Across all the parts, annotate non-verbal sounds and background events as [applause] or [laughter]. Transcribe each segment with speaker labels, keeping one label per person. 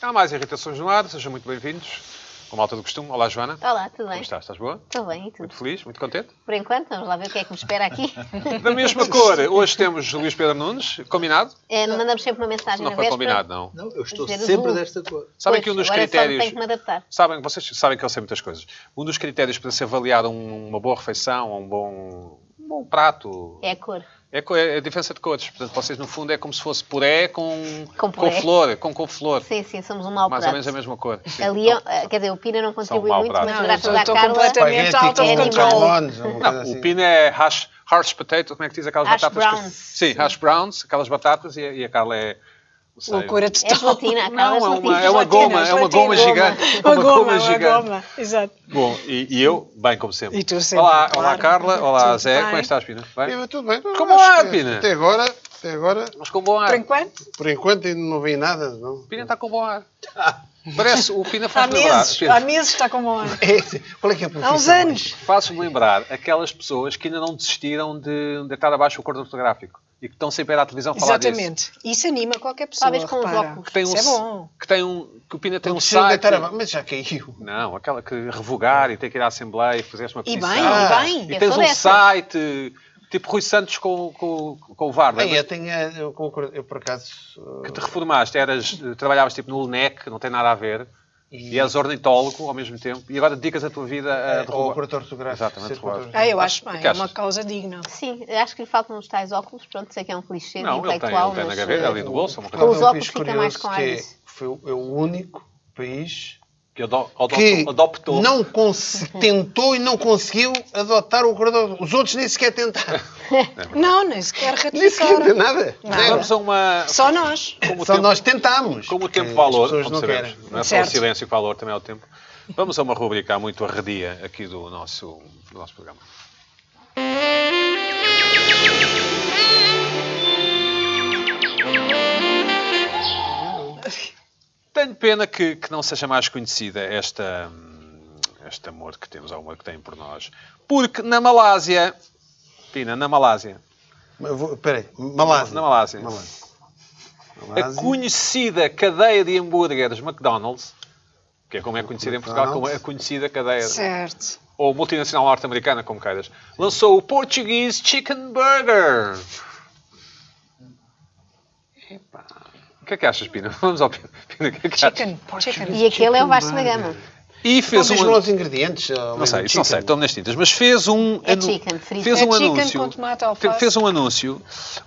Speaker 1: Há mais irritações no ar, sejam muito bem-vindos. Como a alta do costume. Olá, Joana.
Speaker 2: Olá, tudo
Speaker 1: Como
Speaker 2: bem?
Speaker 1: estás? Estás boa?
Speaker 2: Estou bem e tudo.
Speaker 1: Muito feliz, muito contente.
Speaker 2: Por enquanto, vamos lá ver o que é que me
Speaker 1: [laughs]
Speaker 2: espera aqui.
Speaker 1: Da mesma cor, hoje temos Luís Pedro Nunes, combinado?
Speaker 2: Eh, mandamos sempre uma mensagem
Speaker 1: Não
Speaker 2: na
Speaker 1: foi
Speaker 2: véspera.
Speaker 1: combinado, não.
Speaker 3: Não, eu estou
Speaker 2: Dizer
Speaker 3: sempre
Speaker 2: azul.
Speaker 3: desta cor.
Speaker 1: Sabem
Speaker 2: Pois,
Speaker 1: que um dos
Speaker 2: agora
Speaker 1: critérios.
Speaker 2: Só tenho que me adaptar.
Speaker 1: Sabem, vocês sabem que eu sei muitas coisas. Um dos critérios para se avaliar um- uma boa refeição, um bom, um bom prato,
Speaker 2: É a cor.
Speaker 1: É, co- é a diferença de cores. Portanto, vocês no fundo é como se fosse puré com,
Speaker 2: Com puré.
Speaker 1: flor, com couve-flor.
Speaker 2: Sim, sim, somos um mau
Speaker 1: Mais ou
Speaker 2: prato.
Speaker 1: menos a mesma cor. Sim.
Speaker 2: Ali, eh, quer dizer, o Pina não contribui
Speaker 1: mau
Speaker 2: muito,
Speaker 1: prato.
Speaker 2: mas
Speaker 4: Não,
Speaker 2: graças
Speaker 4: eu
Speaker 2: à
Speaker 4: estou
Speaker 2: Carla...
Speaker 4: completamente- out of
Speaker 1: um
Speaker 3: com
Speaker 2: control.
Speaker 3: salmones, uma
Speaker 1: Não,
Speaker 3: coisa
Speaker 1: o
Speaker 3: assim.
Speaker 1: pino é hash, hash potato, como é que diz aquelas
Speaker 2: Hash
Speaker 1: batatas? que-
Speaker 2: browns.
Speaker 1: Sim, hash browns, aquelas batatas e, a- e a Carla é... não sei,
Speaker 4: Loucura
Speaker 2: É
Speaker 4: total.
Speaker 2: gelatina, a Carla
Speaker 1: Não, é
Speaker 2: é
Speaker 1: uma,
Speaker 2: gelatina.
Speaker 1: é uma goma, é uma goma
Speaker 2: gelatina,
Speaker 1: gigante. É Uma goma gigante.
Speaker 4: goma. Exato.
Speaker 1: Bom, e, e eu, bem como sempre.
Speaker 4: E tu sempre,
Speaker 1: Olá, olá
Speaker 4: claro.
Speaker 1: Carla, olá
Speaker 4: Tudo
Speaker 1: Zé, como é
Speaker 4: bem?
Speaker 1: que estás, Pina?
Speaker 3: Eh,
Speaker 1: Bem?
Speaker 3: mas Tudo bem.
Speaker 1: Como
Speaker 3: Acho
Speaker 1: lá,
Speaker 3: que
Speaker 1: Pina?
Speaker 3: Até agora, até agora,
Speaker 1: Mas com bom ar.
Speaker 4: Por
Speaker 1: O
Speaker 4: enquanto,
Speaker 3: por enquanto ainda não vi nada. Não.
Speaker 1: Pina está com bom ar. [laughs] Parece, o Pina
Speaker 4: há
Speaker 1: faz lembrar.
Speaker 4: meses,
Speaker 1: Pina,
Speaker 4: há meses está com
Speaker 1: [laughs]
Speaker 4: uma hora.
Speaker 3: Qual [laughs] é que é a profissão?
Speaker 4: Há uns anos.
Speaker 1: Faz-me lembrar aquelas pessoas que ainda não desistiram de deitar abaixo o cordão fotográfico e que estão sempre a ir à televisão falar disso.
Speaker 4: Exatamente. Isso anima qualquer pessoa.
Speaker 2: Talvez com os
Speaker 4: repara.
Speaker 2: óculos.
Speaker 1: Que tem um,
Speaker 4: Isso é bom.
Speaker 1: Que, tem um, que o Pina tem um
Speaker 3: Preciso
Speaker 1: site.
Speaker 3: deitar abaixo, Mas já caiu.
Speaker 1: Não, aquela que revogar e ter que ir à Assembleia e fizeste uma
Speaker 4: E
Speaker 1: petição.
Speaker 4: bem,
Speaker 3: Ah,
Speaker 4: e
Speaker 1: E
Speaker 4: bem.
Speaker 2: eu
Speaker 1: tens
Speaker 2: sou
Speaker 1: um
Speaker 2: dessas.
Speaker 1: site, tipo Rui Santos com, com, com o VAR,
Speaker 3: Bem,
Speaker 1: lembras?
Speaker 3: eu tenho. eh, Eu, concordo- eu por acaso. eh,
Speaker 1: que te reformaste, eras, trabalhavas tipo no LNEC, não tem nada a ver, e, é és ornitólogo ao mesmo tempo, e agora dedicas a tua vida a
Speaker 3: eh, Ou o
Speaker 1: derrubar.
Speaker 3: corretor fotográfico.
Speaker 1: Exatamente,
Speaker 3: ser corretor
Speaker 1: claro.
Speaker 4: Ah, eu acho
Speaker 1: O
Speaker 4: bem.
Speaker 1: que
Speaker 4: É uma
Speaker 1: achas?
Speaker 4: causa digna.
Speaker 2: Sim, acho que lhe faltam uns tais óculos. Pronto, sei que é um clichê de
Speaker 1: Não, ele tem,
Speaker 2: intelectual,
Speaker 1: ele tem na
Speaker 2: mas...
Speaker 1: gaveta, ali
Speaker 2: eh,
Speaker 1: no bolso, uma
Speaker 3: Claro,
Speaker 1: coisa.
Speaker 2: Com os
Speaker 3: é um
Speaker 2: óculos
Speaker 3: país
Speaker 2: fica mais
Speaker 3: curioso
Speaker 2: com ar
Speaker 3: que é-
Speaker 2: disso.
Speaker 3: Foi o é o único país
Speaker 1: Que ado- ado-
Speaker 3: que
Speaker 1: adoptou.
Speaker 3: não conse- tentou e não conseguiu adotar o corredor. Os outros nem sequer tentaram.
Speaker 1: é
Speaker 4: Não,
Speaker 1: [laughs]
Speaker 4: nem sequer
Speaker 3: Nem sequer
Speaker 4: ratificaram.
Speaker 3: nada.
Speaker 4: Nada.
Speaker 3: Zero.
Speaker 1: Vamos a uma.
Speaker 4: Só nós.
Speaker 1: Como o
Speaker 3: Só
Speaker 1: tempo,
Speaker 3: nós tentámos.
Speaker 1: como o
Speaker 3: porque
Speaker 1: tempo valor,
Speaker 3: As pessoas
Speaker 1: como
Speaker 3: não
Speaker 1: sabemos,
Speaker 3: querem.
Speaker 1: não é só o
Speaker 4: Certo.
Speaker 1: silêncio que valor, também é o tempo. Vamos a uma rubrica muito arredia aqui do nosso, do nosso programa. Tenho pena que, que não seja mais conhecida esta, hum, este amor que temos, ao amor que tem por nós. Porque na Malásia, Pina, na Malásia,
Speaker 3: Mas vou- Peraí, Malásia.
Speaker 1: Na Malásia.
Speaker 3: Malásia.
Speaker 1: a
Speaker 3: Malásia.
Speaker 1: conhecida cadeia de hambúrgueres McDonald's, que é como é conhecida em Portugal, como a conhecida cadeia,
Speaker 4: Certo.
Speaker 1: ou multinacional norte-americana, como queiras, lançou o Portuguese Chicken Burger. Epá. O que é que achas, Pina? [laughs] Vamos ao Pina. Pina, o que é que achas?
Speaker 4: Chicken. Chicken.
Speaker 2: E aquele é o Vasco da Gama.
Speaker 1: E
Speaker 3: Não
Speaker 1: fez
Speaker 3: Então diz
Speaker 1: um...
Speaker 3: os ingredientes.
Speaker 1: Não
Speaker 3: é
Speaker 1: sei, isso não sei, então- estou nas tintas. Mas fez um...
Speaker 2: É
Speaker 1: anu-
Speaker 2: chicken, frito.
Speaker 1: fez
Speaker 4: É
Speaker 1: um
Speaker 4: chicken
Speaker 1: anúncio.
Speaker 4: com tomate, alface.
Speaker 1: Fez um anúncio.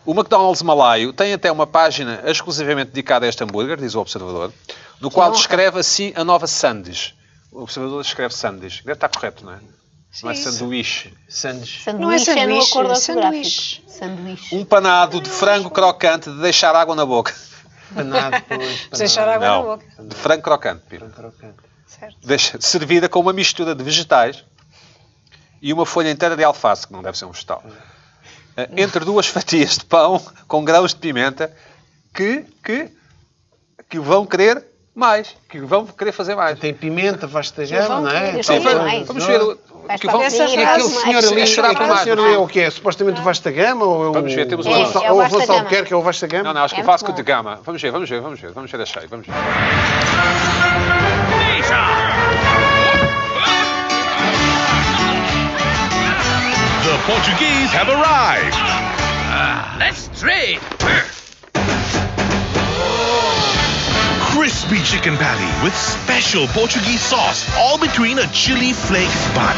Speaker 1: O McDonald's Malaio tem até uma página exclusivamente dedicada a este hambúrguer, diz o Observador, no qual
Speaker 2: honra.
Speaker 1: descreve assim a nova sandes. O Observador escreve sandes. Deve estar correto, não é? não é
Speaker 4: Sim, isso.
Speaker 1: sanduíche.
Speaker 3: Sandes.
Speaker 2: Sanduíche
Speaker 4: Não é sanduíche,
Speaker 2: no acordo
Speaker 4: sanduíche.
Speaker 2: ortográfico. Sanduíche.
Speaker 1: Um panado de frango crocante de deixar água na boca.
Speaker 3: Panado,
Speaker 2: [laughs]
Speaker 3: pois.
Speaker 4: Vou Deixar água na
Speaker 1: Não,
Speaker 4: boca.
Speaker 1: de frango crocante, Pira.
Speaker 4: Certo.
Speaker 1: Deixa- servida com uma mistura de vegetais e uma folha inteira de alface, que não deve ser um vegetal, eh, entre duas [laughs] fatias de pão com grãos de pimenta que, que, que vão querer mais, que vão querer fazer mais. Então,
Speaker 3: Tem pimenta, vastajada, não é?
Speaker 2: Sim,
Speaker 3: Tal
Speaker 2: vamos-
Speaker 3: coisa.
Speaker 1: vamos ver o-
Speaker 2: Faz
Speaker 1: que vão,
Speaker 2: parte é
Speaker 4: Essa
Speaker 2: da minha
Speaker 4: frase,
Speaker 1: aquele
Speaker 2: irmã.
Speaker 1: senhor ali a
Speaker 4: Mas-
Speaker 1: chorar por
Speaker 3: Ah,
Speaker 1: mais.
Speaker 3: senhor, é o que é? Supostamente vasta gama ou é o-
Speaker 1: Vamos ver, temos
Speaker 2: É,
Speaker 1: uma-
Speaker 2: é o
Speaker 3: ou a
Speaker 2: vasta
Speaker 3: Vassal
Speaker 2: gama.
Speaker 3: quer que é o vasta gama?
Speaker 1: Não, não, acho que
Speaker 2: É
Speaker 1: o Vasco
Speaker 2: muito
Speaker 1: de
Speaker 2: bom.
Speaker 1: Gama. Vamos ver, vamos ver, vamos ver, vamos ver a cheia, vamos ver.
Speaker 5: The Portuguese have arrived.
Speaker 6: Let's trade.
Speaker 5: Crispy chicken patty with special Portuguese sauce, all between a chili flakes bun.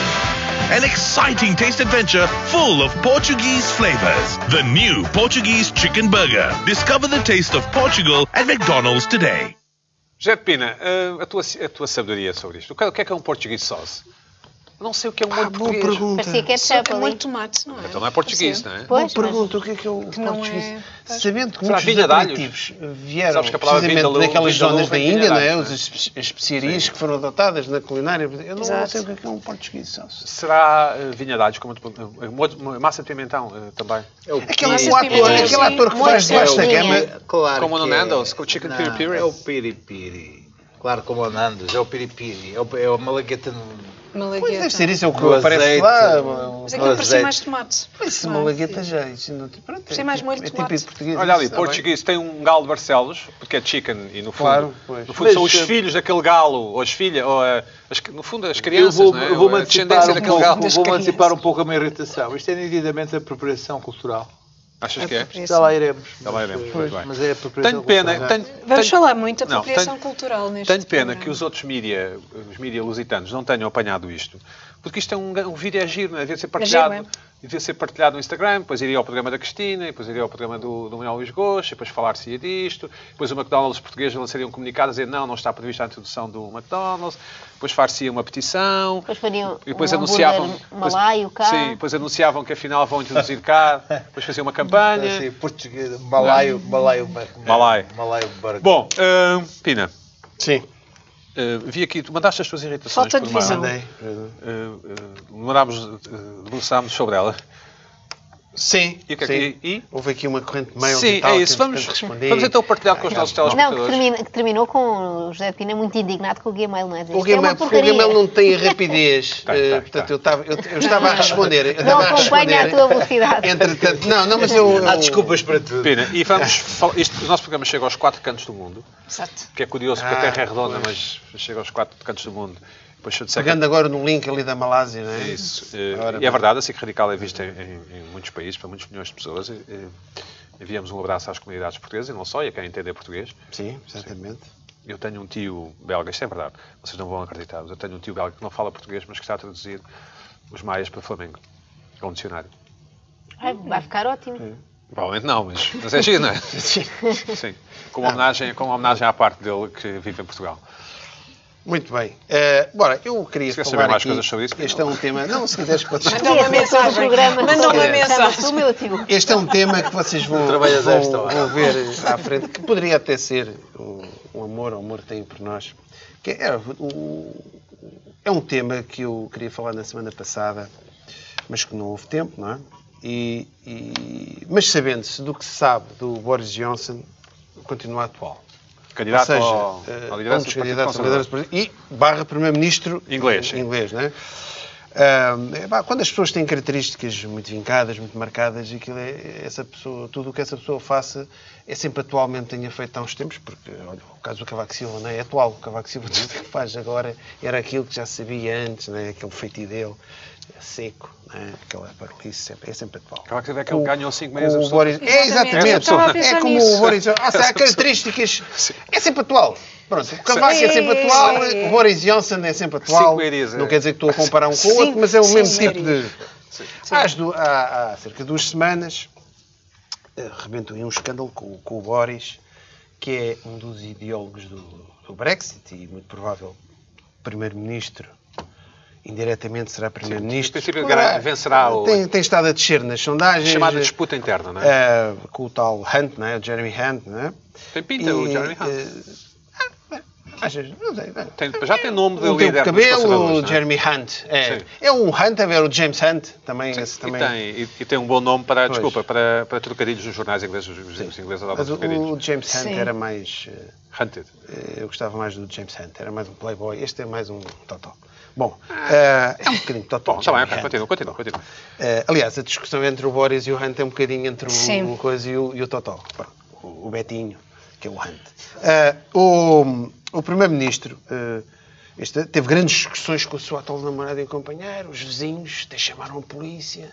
Speaker 5: An exciting taste adventure full of Portuguese flavors. The new Portuguese chicken burger. Discover the taste of Portugal at McDonald's today.
Speaker 1: José de Pina, eh, a tua, a tua sabedoria sobre isto. O que é- o que é que é um português sauce? Não sei o que é um molho
Speaker 3: Boa
Speaker 1: português.
Speaker 3: pergunta.
Speaker 2: Parecia
Speaker 4: Só
Speaker 2: ketchup
Speaker 4: que é
Speaker 2: ali.
Speaker 4: muito tomate, não é?
Speaker 1: Então não é português, não é?
Speaker 3: Boa
Speaker 2: Pois, mas- um
Speaker 3: pergunta, o que é que é o
Speaker 4: Que não
Speaker 3: português?
Speaker 4: é-
Speaker 3: Sabendo que
Speaker 1: Será
Speaker 3: muitos
Speaker 1: vinha de alhos?
Speaker 3: aperitivos vieram
Speaker 1: Sabes que a palavra
Speaker 3: precisamente
Speaker 1: vindaloo-
Speaker 3: daquelas
Speaker 1: vindaloo
Speaker 3: zonas da
Speaker 1: vem de
Speaker 3: Índia, não
Speaker 1: alhos,
Speaker 3: é?
Speaker 1: não é?
Speaker 3: As espe- as especiarias que foram adotadas na culinária. Eu não
Speaker 4: Exato.
Speaker 3: sei o que é que é um português. sauce.
Speaker 1: Será eh, vinha de alhos, como tu- eh, molho- massa de pimentão eh, também?
Speaker 3: Aquele,
Speaker 4: Massa de
Speaker 3: o ator,
Speaker 4: pimentão,
Speaker 3: aquele
Speaker 4: sim.
Speaker 3: ator que
Speaker 2: Muito
Speaker 3: faz de
Speaker 2: certinho.
Speaker 3: vasta gama, claro
Speaker 1: Como no
Speaker 3: que é.
Speaker 1: Nando's, com o chicken piri piri.
Speaker 3: É o piri piri.
Speaker 7: Claro, como o Nandos, é o piripiri, é o, é o malagueta no,
Speaker 4: Malagueta.
Speaker 3: Pois deve ser isso, é o que
Speaker 7: no
Speaker 3: aparece
Speaker 7: azeite.
Speaker 3: lá.
Speaker 4: Mas
Speaker 7: no
Speaker 4: aquilo parecia
Speaker 7: azeite.
Speaker 4: mais tomate.
Speaker 3: Isso,
Speaker 4: Não é?
Speaker 3: malagueta já. Isso não te... Pronto,
Speaker 4: Sim, mais molho de
Speaker 3: é típico
Speaker 4: tomate.
Speaker 3: português.
Speaker 1: Olha ali,
Speaker 3: está bem.
Speaker 1: português tem um galo de Barcelos, porque é chicken, e no fundo,
Speaker 3: Claro, pois.
Speaker 1: no fundo são os
Speaker 7: Mas, eh,
Speaker 1: filhos daquele galo, ou as filhas, ou eh, as que- no fundo as
Speaker 7: Eu
Speaker 1: crianças,
Speaker 7: vou,
Speaker 1: não é?
Speaker 7: eu vou
Speaker 1: Ou a
Speaker 7: antecipar,
Speaker 1: descendência
Speaker 7: um
Speaker 1: daquele galo.
Speaker 7: pouco,
Speaker 4: Das
Speaker 7: vou
Speaker 4: crianças.
Speaker 7: antecipar um pouco a minha irritação. Isto é nitidamente apropriação cultural.
Speaker 1: Achas que é?
Speaker 7: Já lá iremos.
Speaker 1: Já lá
Speaker 7: Mas,
Speaker 1: iremos,
Speaker 7: pois,
Speaker 1: muito bem.
Speaker 7: Mas é apropriação
Speaker 1: Tenho pena,
Speaker 7: cultural.
Speaker 1: tenho,
Speaker 4: Vamos
Speaker 1: tenho-
Speaker 4: falar muito
Speaker 1: Não,
Speaker 4: apropriação
Speaker 1: tenho-
Speaker 4: cultural neste
Speaker 1: Tenho pena
Speaker 4: programa.
Speaker 1: que os outros mídia, os mídia lusitanos, não tenham apanhado isto. Porque isto é um, ga- um vídeo é giro, não é? devia ser
Speaker 4: giro,
Speaker 1: partilhado.
Speaker 4: é?
Speaker 1: Devia ser partilhado no Instagram, depois iria ao programa da Cristina, e depois iria ao programa do, do Manuel Luís Gosto, e depois falar-se disto, depois o McDonald's português lançaria um comunicado a dizer não, não está prevista a introdução do McDonald's, depois far-se uma petição,
Speaker 2: Depois fariam
Speaker 1: e depois
Speaker 2: um
Speaker 1: anunciavam.
Speaker 2: hambúrguer
Speaker 1: Depois,
Speaker 2: malaio cá.
Speaker 1: Sim, depois anunciavam que afinal vão introduzir cá, depois faziam uma campanha.
Speaker 7: Assim, português, malaio, malaio,
Speaker 1: Malai.
Speaker 7: malaio burger.
Speaker 1: Bom, ah, Pina,
Speaker 3: Sim.
Speaker 1: ah, vi aqui, tu mandaste as tuas irritações.
Speaker 4: Falta de
Speaker 1: por mail.
Speaker 4: visão.
Speaker 3: Mandei.
Speaker 1: Uh, uh, demorámos, uh, debruçámos sobre ela.
Speaker 3: Sim.
Speaker 1: E o que é
Speaker 3: sim.
Speaker 1: que- e-
Speaker 3: Houve aqui uma corrente de mail
Speaker 1: Sim,
Speaker 3: e
Speaker 1: é
Speaker 3: tal, que Ah,
Speaker 1: isso.
Speaker 3: entretanto
Speaker 1: Vamos,
Speaker 3: respondi.
Speaker 1: vamos então partilhar com os nossos
Speaker 2: Não, que,
Speaker 1: telespectadores.
Speaker 2: termina- que terminou com o José de Pina muito indignado com o Gmail, não é? Isto é
Speaker 3: O
Speaker 2: uma
Speaker 3: Gmail, porque o
Speaker 2: porcaria.
Speaker 3: Gmail não tem a rapidez.
Speaker 1: Tem,
Speaker 3: eh,
Speaker 1: tem,
Speaker 3: portanto,
Speaker 1: tem.
Speaker 3: Eu, estava, eu, eu estava a responder. Eu
Speaker 2: Não
Speaker 3: estava a
Speaker 2: acompanha a
Speaker 3: responder.
Speaker 2: tua velocidade.
Speaker 3: Entretanto, não, não, mas eu. eu-
Speaker 7: Há desculpas para tudo.
Speaker 1: Pina, e vamos falar. Isto, o nosso programa chega aos quatro cantos do mundo,
Speaker 4: Exato.
Speaker 1: que é curioso porque
Speaker 3: Ah,
Speaker 1: a Terra é redonda, mas chega aos quatro cantos do mundo. Depois se eu disser que-
Speaker 3: Pegando agora no link ali da Malásia, não é?
Speaker 1: Isso. eh,
Speaker 3: Ora
Speaker 1: e é
Speaker 3: bem.
Speaker 1: verdade, a SIC Radical é vista em, em- em muitos países, para muitos milhões de pessoas. eh, eh, Enviamos um abraço às comunidades portuguesas, e não só, e a quem entender português.
Speaker 3: Sim, exatamente.
Speaker 1: Eu tenho um tio belga, isto é verdade, vocês não vão acreditar, mas eu tenho um tio belga que não fala português, mas que está a traduzir os maias para Flamengo. É um dicionário.
Speaker 2: Vai, vai ficar ótimo.
Speaker 1: Provavelmente não, mas, mas é giro, não
Speaker 3: [laughs]
Speaker 1: é? Sim. Com uma homenagem, com uma homenagem à parte dele que vive em Portugal.
Speaker 3: Muito bem. Eh, bora, eu queria
Speaker 1: Se quer
Speaker 3: falar
Speaker 1: saber mais
Speaker 3: aqui-
Speaker 1: coisas sobre isso,
Speaker 3: Este é um tema... Não, se quiseres, podes...
Speaker 4: Manda
Speaker 2: Então,
Speaker 4: uma
Speaker 2: Todo o
Speaker 4: mensagem.
Speaker 2: programa
Speaker 4: Manda uma
Speaker 2: sobre-
Speaker 4: mensagem.
Speaker 2: sobre O meu tio.
Speaker 3: Este é um tema que vocês vão,
Speaker 7: Trabalhas
Speaker 3: vão-
Speaker 7: esta hora.
Speaker 3: vão ver à frente, que poderia até ser o, o amor, o amor que têm por nós. Que é, o- é um tema que eu queria falar na semana passada, mas que não houve tempo, não é? E, e- mas sabendo-se do que se sabe do Boris Johnson, continua atual. Ou
Speaker 1: Candidato
Speaker 3: seja,
Speaker 1: ao,
Speaker 3: eh,
Speaker 1: à
Speaker 3: um
Speaker 1: liderança
Speaker 3: dos
Speaker 1: do Partido
Speaker 3: candidatos a
Speaker 1: Conservador.
Speaker 3: liderança do Partido- e barra primeiro-ministro
Speaker 1: Inglês, sim.
Speaker 3: inglês né? Ah, é pá, quando as pessoas têm características muito vincadas, muito marcadas, aquilo é, essa pessoa, tudo o que essa pessoa faça é sempre atualmente tenha feito há uns tempos, porque olha, o caso do Cavaco Silva não é atual, o Cavaco Silva tudo que faz agora era aquilo que já sabia antes, né? aquele feitiço dele, é seco, né? aquela paralice, sempre- é sempre atual.
Speaker 1: Cavaco Silva é aquele que ganhou cinco meses,
Speaker 3: com
Speaker 1: a
Speaker 3: o
Speaker 1: pessoa-
Speaker 3: Boris- É
Speaker 4: Exatamente, eu
Speaker 3: exatamente,
Speaker 4: estava a pensar
Speaker 3: é como
Speaker 4: nisso.
Speaker 3: o Boris Johnson. Ou seja, há características. É sempre atual. Pronto, o Cavaco
Speaker 4: Sim.
Speaker 3: é sempre atual,
Speaker 4: Sim.
Speaker 3: o Boris Johnson é sempre
Speaker 1: Cinco
Speaker 3: atual.
Speaker 1: Marias, é.
Speaker 3: Não quer dizer que estou a comparar um com o
Speaker 4: Sim,
Speaker 3: outro, mas é o
Speaker 4: sim,
Speaker 3: mesmo tipo de.
Speaker 4: Marias.
Speaker 3: Há, du- há- há cerca de duas semanas eh, rebentou aí um escândalo com, com o Boris, que é um dos ideólogos do, do Brexit e muito provável primeiro-ministro. Indiretamente será primeiro-ministro.
Speaker 1: no princípio de garantia, vencerá o-
Speaker 3: Tem, tem estado a descer nas sondagens.
Speaker 1: Chamada
Speaker 3: eh,
Speaker 1: disputa interna, não é?
Speaker 3: eh, com o tal Hunt, não é? O Jeremy Hunt, não é?
Speaker 1: Tem pinta o Jeremy Hunt.
Speaker 3: eh, ah, achas? Não sei. não.
Speaker 1: Tem- já tem nome de
Speaker 3: Não tem
Speaker 1: líder
Speaker 3: o
Speaker 1: dos
Speaker 3: cabelo,
Speaker 1: conservadores,
Speaker 3: o
Speaker 1: não é?
Speaker 3: Jeremy Hunt. É,
Speaker 1: Sim.
Speaker 3: é um Hunt, a ver, o James Hunt também. esse
Speaker 1: E
Speaker 3: também.
Speaker 1: tem, e, e tem um bom nome para,
Speaker 3: Pois.
Speaker 1: desculpa, para, para trocadilhos nos jornais ingleses. Os, os ingleses adoram
Speaker 3: Mas o,
Speaker 1: trocadilhos.
Speaker 3: o James Hunt
Speaker 4: Sim.
Speaker 3: era mais. eh,
Speaker 1: Hunted.
Speaker 3: eh, Eu gostava mais do James Hunt, era mais um playboy. Este é mais um totó. Bom, eh, é um bocadinho totó.
Speaker 1: Ah. Bom, está bem,
Speaker 3: Jeremy
Speaker 1: ok,
Speaker 3: Hunt.
Speaker 1: continua, continua, continua.
Speaker 3: Eh, aliás, a discussão entre o Boris e o Hunt é um bocadinho entre
Speaker 4: Sim.
Speaker 3: o, o Coisa e o, e o Totó. Pá, O, o Betinho, que é o Hunt. Eh, o o Primeiro-Ministro eh, este teve grandes discussões com o seu atual namorado e companheiro. Os vizinhos até chamaram a polícia.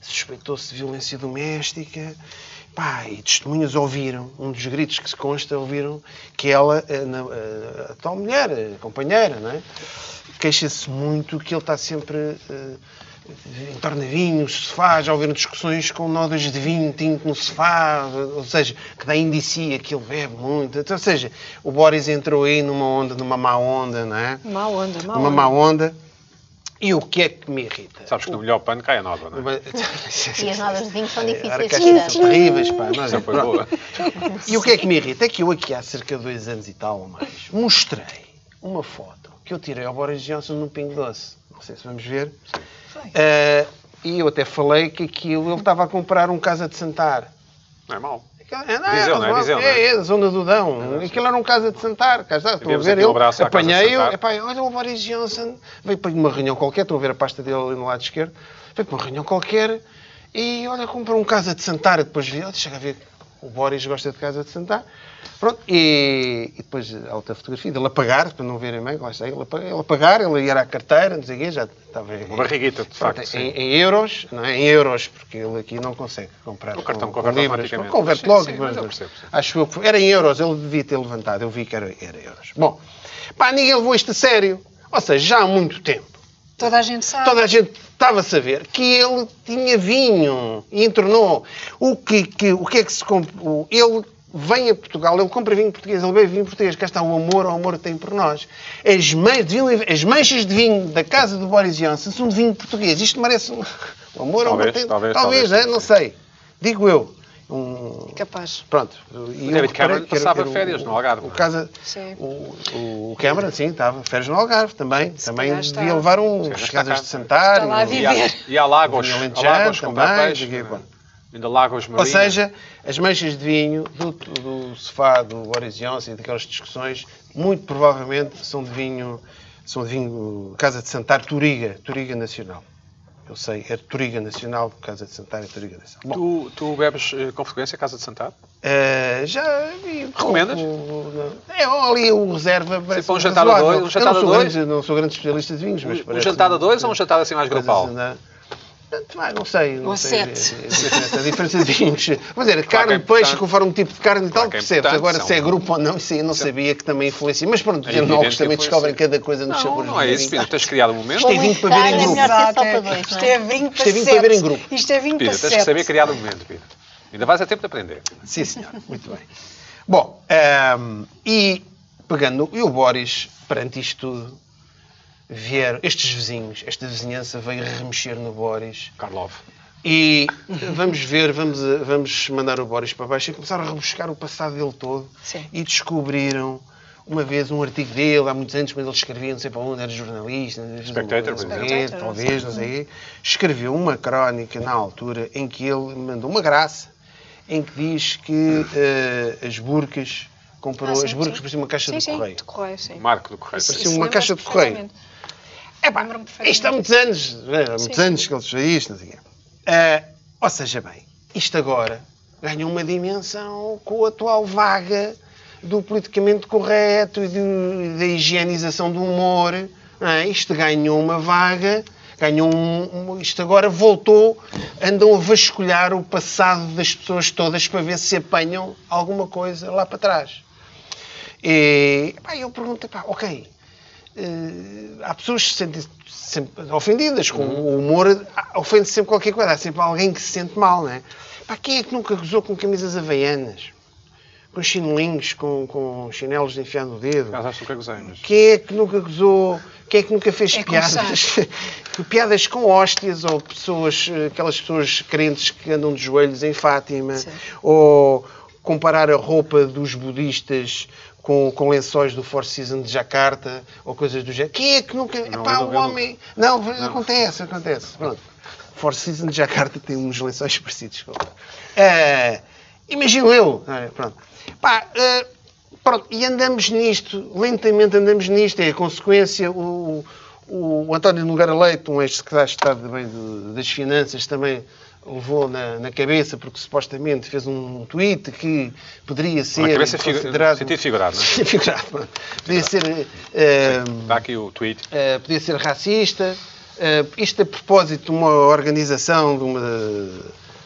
Speaker 3: Suspeitou-se de violência doméstica. Pá, e testemunhas ouviram, um dos gritos que se consta, ouviram que ela, eh, na- eh, a tal mulher, a companheira, não é? queixa-se muito que ele está sempre eh, em torno de vinho, sofá, já houveram discussões com notas de vinho tinto no sofá, ou seja, que dá indicia que ele bebe muito. Então, ou seja, o Boris entrou aí numa onda, numa má onda, não é?
Speaker 4: Má onda, má
Speaker 3: Numa
Speaker 4: onda.
Speaker 3: má onda. E o que é que me irrita?
Speaker 1: Sabes que no melhor pano cai a nova, não é?
Speaker 2: E as
Speaker 3: [laughs]
Speaker 2: notas de vinho são difíceis de
Speaker 3: Arcaxas
Speaker 2: tirar.
Speaker 3: são terríveis, pá. é? Nós
Speaker 1: Essa foi boa.
Speaker 3: e o que é que me irrita? É que eu aqui há cerca de dois anos e tal ou mais mostrei uma foto que eu tirei ao Boris Johnson no Pingo Doce. Não sei se vamos ver. Eh, Ah, e eu até falei que aquilo ele estava a comprar um Casa de Santar.
Speaker 1: Não é mau.
Speaker 3: Aquela- é, não,
Speaker 1: Viseu, não é?
Speaker 3: é,
Speaker 1: Viseu, não é?
Speaker 3: é, é, da zona do Dão. Aquilo era um casa de Santar, cá está, estou a
Speaker 1: Enviamos
Speaker 3: ver
Speaker 1: aqui um
Speaker 3: ele.
Speaker 1: abraço à Casa de
Speaker 3: Apanhei-o,
Speaker 1: Santar.
Speaker 3: epá, olha o Boris Johnson, veio para uma reunião qualquer, estou a ver a pasta dele ali no lado esquerdo, veio para uma reunião qualquer e olha, comprou um casa de Santar, depois vi, olha, chega a ver, o Boris gosta de casa de Santar. Pronto, e, e depois há outra fotografia dele a pagar, para não verem bem, lá está, ele a pagar, ele, a pagar, ele ia à carteira, não sei o quê, já estava...
Speaker 1: Uma barriguita, de
Speaker 3: Pronto,
Speaker 1: facto,
Speaker 3: em,
Speaker 1: sim.
Speaker 3: em euros, não é? Em euros, porque ele aqui não consegue comprar.
Speaker 1: O cartão
Speaker 3: com, com
Speaker 1: converte
Speaker 3: libras.
Speaker 1: automaticamente.
Speaker 3: Converte
Speaker 1: Sim,
Speaker 3: logo.
Speaker 1: sim,
Speaker 3: mas-
Speaker 1: mas eu percebo, sim.
Speaker 3: acho eu que era em euros, ele devia ter levantado, eu vi que era, era euros. Bom, pá, ninguém levou isto a sério. Ou seja, já há muito tempo.
Speaker 4: Toda a gente sabe.
Speaker 3: Toda a gente estava a saber que ele tinha vinho e entornou. O que, que- o que é que se compra? Ele vem a Portugal, ele compra vinho português, ele bebe vinho português. Cá está o amor, o amor que tem por nós. As, man- deviam- as manchas de vinho da casa do Boris Johnson são de vinho português. Isto merece um... [laughs] O amor, o amor
Speaker 1: Talvez,
Speaker 3: tem...
Speaker 1: talvez, talvez,
Speaker 3: né?
Speaker 1: sim,
Speaker 3: não
Speaker 1: sim.
Speaker 3: sei. Digo eu. Um-
Speaker 4: é Capaz.
Speaker 3: Pronto.
Speaker 1: O David Cameron passava férias no Algarve,
Speaker 3: O,
Speaker 1: não é?
Speaker 3: casa,
Speaker 4: Sim.
Speaker 3: o, o Cameron, sim, estava férias no Algarve também. também
Speaker 4: calhar
Speaker 3: devia
Speaker 4: está.
Speaker 3: levar uns
Speaker 1: está
Speaker 3: casas
Speaker 1: cá.
Speaker 3: de Santar.
Speaker 4: Está lá a
Speaker 3: um-
Speaker 4: viver.
Speaker 1: E há, e há lagos.
Speaker 3: Vinha
Speaker 1: Há
Speaker 3: Alentejano
Speaker 1: lagos com
Speaker 3: também,
Speaker 1: peixe.
Speaker 3: diga
Speaker 1: não é?
Speaker 3: qual.
Speaker 1: Ainda lagos
Speaker 3: Ou
Speaker 1: marinhos.
Speaker 3: seja, as manchas de vinho do, do sofá do Boris Johnson e daquelas discussões, muito provavelmente são de vinho, são de vinho Casa de Santar, Turiga, Turiga Nacional. Eu sei, é Turiga Nacional, Casa de Santar e Turiga Nacional. Bom,
Speaker 1: Tu, tu bebes eh, com frequência a Casa de Santar?
Speaker 3: eh, já vi. um
Speaker 1: Recomendas?
Speaker 3: pouco, não. É ali o reserva. parece
Speaker 1: para um jantar a
Speaker 3: razoável.
Speaker 1: dois, um
Speaker 3: Eu
Speaker 1: jantar a
Speaker 3: não sou
Speaker 1: dois.
Speaker 3: grande- não sou grande especialista de vinhos, mas
Speaker 1: Um
Speaker 3: parece-
Speaker 1: jantar a dois ou um jantar assim mais
Speaker 3: Coisas
Speaker 1: grupal?
Speaker 3: na- Ah, não sei, não
Speaker 4: Ou
Speaker 3: sei. é
Speaker 4: sete.
Speaker 3: A diferença, a diferença de vinhos. Mas era carne,
Speaker 1: é
Speaker 3: peixe,
Speaker 1: importante.
Speaker 3: conforme o tipo de carne e tal,
Speaker 1: Claro que é
Speaker 3: percebes.
Speaker 1: importante,
Speaker 3: Agora,
Speaker 1: são-
Speaker 3: se é grupo ou não, isso aí eu não sabia que também influencia. Mas pronto,
Speaker 1: É
Speaker 3: os enólogos
Speaker 1: evidente que
Speaker 3: também descobrem
Speaker 1: influencia.
Speaker 3: cada coisa nos
Speaker 1: Não,
Speaker 3: sabores
Speaker 1: não é
Speaker 3: do
Speaker 1: isso,
Speaker 3: vinho.
Speaker 1: Pino. Tens criado um momento.
Speaker 3: Isto é vinho para
Speaker 2: Ah,
Speaker 3: ver em
Speaker 2: é
Speaker 3: grupo.
Speaker 2: melhor ser só para
Speaker 4: Exato, é.
Speaker 2: dois, não é?
Speaker 4: Isto é vinho
Speaker 3: Isto
Speaker 4: para
Speaker 3: é vinho para
Speaker 4: sete.
Speaker 3: ver em grupo.
Speaker 4: Isto é vinho para
Speaker 1: Pino, tens
Speaker 4: sete.
Speaker 1: que saber criar um momento, Pino. Ainda vais a tempo de aprender.
Speaker 3: Sim, senhor. Muito bem. Bom, ahm, e pegando, e o Boris, perante isto tudo, vieram estes vizinhos, esta vizinhança veio remexer no Boris.
Speaker 1: Karlov.
Speaker 3: E vamos ver, vamos, vamos mandar o Boris para baixo e começar a rebuscar o passado dele todo.
Speaker 4: Sim.
Speaker 3: E descobriram uma vez um artigo dele, há muitos anos, quando ele escrevia, não sei para onde, era jornalista, não sei
Speaker 1: Spectator,
Speaker 3: não sei
Speaker 1: por
Speaker 3: quê,
Speaker 4: exemplo.
Speaker 3: talvez, não sei. quê. Escreveu uma crónica na altura em que ele mandou uma graça em que diz que eh, as burcas,
Speaker 4: Ah,
Speaker 3: comparou
Speaker 4: sim,
Speaker 3: as burcas
Speaker 4: sim.
Speaker 3: pareciam uma caixa
Speaker 4: sim,
Speaker 3: de
Speaker 4: sim,
Speaker 3: correio.
Speaker 4: de correio, sim.
Speaker 1: Marco do Correio.
Speaker 4: Isso-
Speaker 3: Parecia
Speaker 4: isso
Speaker 3: uma
Speaker 4: lembro-me
Speaker 3: caixa de correio.
Speaker 4: perfeitamente.
Speaker 3: É pá,
Speaker 4: Lembro-me perfeitamente
Speaker 3: isto há muitos anos, né? há muitos
Speaker 4: Sim.
Speaker 3: anos que ele fez isto, não sei o quê. Ah, ou seja, bem, isto agora ganhou uma dimensão com a atual vaga do politicamente correto e do- da higienização do humor. não é? Isto ganhou uma vaga, ganhou um, um- Isto agora voltou, andam a vasculhar o passado das pessoas todas para ver se apanham alguma coisa lá para trás. E pá, eu pergunto, pá, ok, eh, há pessoas que se sentem sempre ofendidas, com o humor ah, ofende sempre qualquer coisa, há sempre alguém que se sente mal, não é? Pá, quem é que nunca gozou com camisas havaianas? Com chinelinhos, com, com chinelos de enfiar no dedo?
Speaker 1: Mas acho que eu gozei, mas...
Speaker 3: Quem é que nunca gozou? Quem é que nunca fez
Speaker 4: É
Speaker 3: piadas? [laughs] piadas com hóstias ou pessoas, eh, aquelas pessoas crentes que andam de joelhos em Fátima,
Speaker 4: Sim.
Speaker 3: ou comparar a roupa dos budistas com, com lençóis do Four Seasons de Jakarta ou coisas do género. Quem é que nunca.
Speaker 1: Não,
Speaker 3: Epá,
Speaker 1: eu não-
Speaker 3: o
Speaker 1: eu não-
Speaker 3: homem. Não, mas acontece, acontece. Pronto. Four Seasons de Jakarta tem uns lençóis [laughs] parecidos com. Eh, imagino eu. eh, pronto. Pá, eh, pronto. E andamos nisto, lentamente andamos nisto, é a consequência. O, o, o António Nogueira Leite, um ex-secretário de Estado de Bem do- das Finanças, também levou na, na cabeça, porque supostamente fez um tweet que poderia ser.
Speaker 1: Na cabeça, figu...
Speaker 3: considerado... [laughs]
Speaker 1: sentido figurado, não é?
Speaker 3: Figurado, pronto. Podia ser. eh,
Speaker 1: Dá aqui o tweet.
Speaker 3: eh, podia ser racista. eh, isto a propósito de uma organização de uma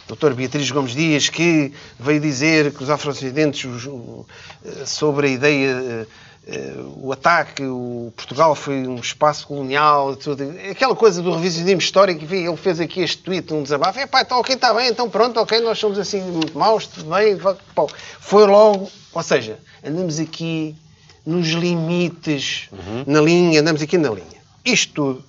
Speaker 3: doutora Beatriz Gomes Dias que veio dizer que os afrodescendentes os, o- eh, sobre a ideia eh, eh, o ataque, o Portugal foi um espaço colonial, tudo. aquela coisa do revisionismo histórico, enfim, ele fez aqui este tweet, um desabafo, é pá, então ok, está bem, então pronto, ok, nós somos assim muito maus, tudo bem, vá- pô. foi logo, ou seja, andamos aqui nos limites, na linha, andamos aqui na linha. Isto tudo.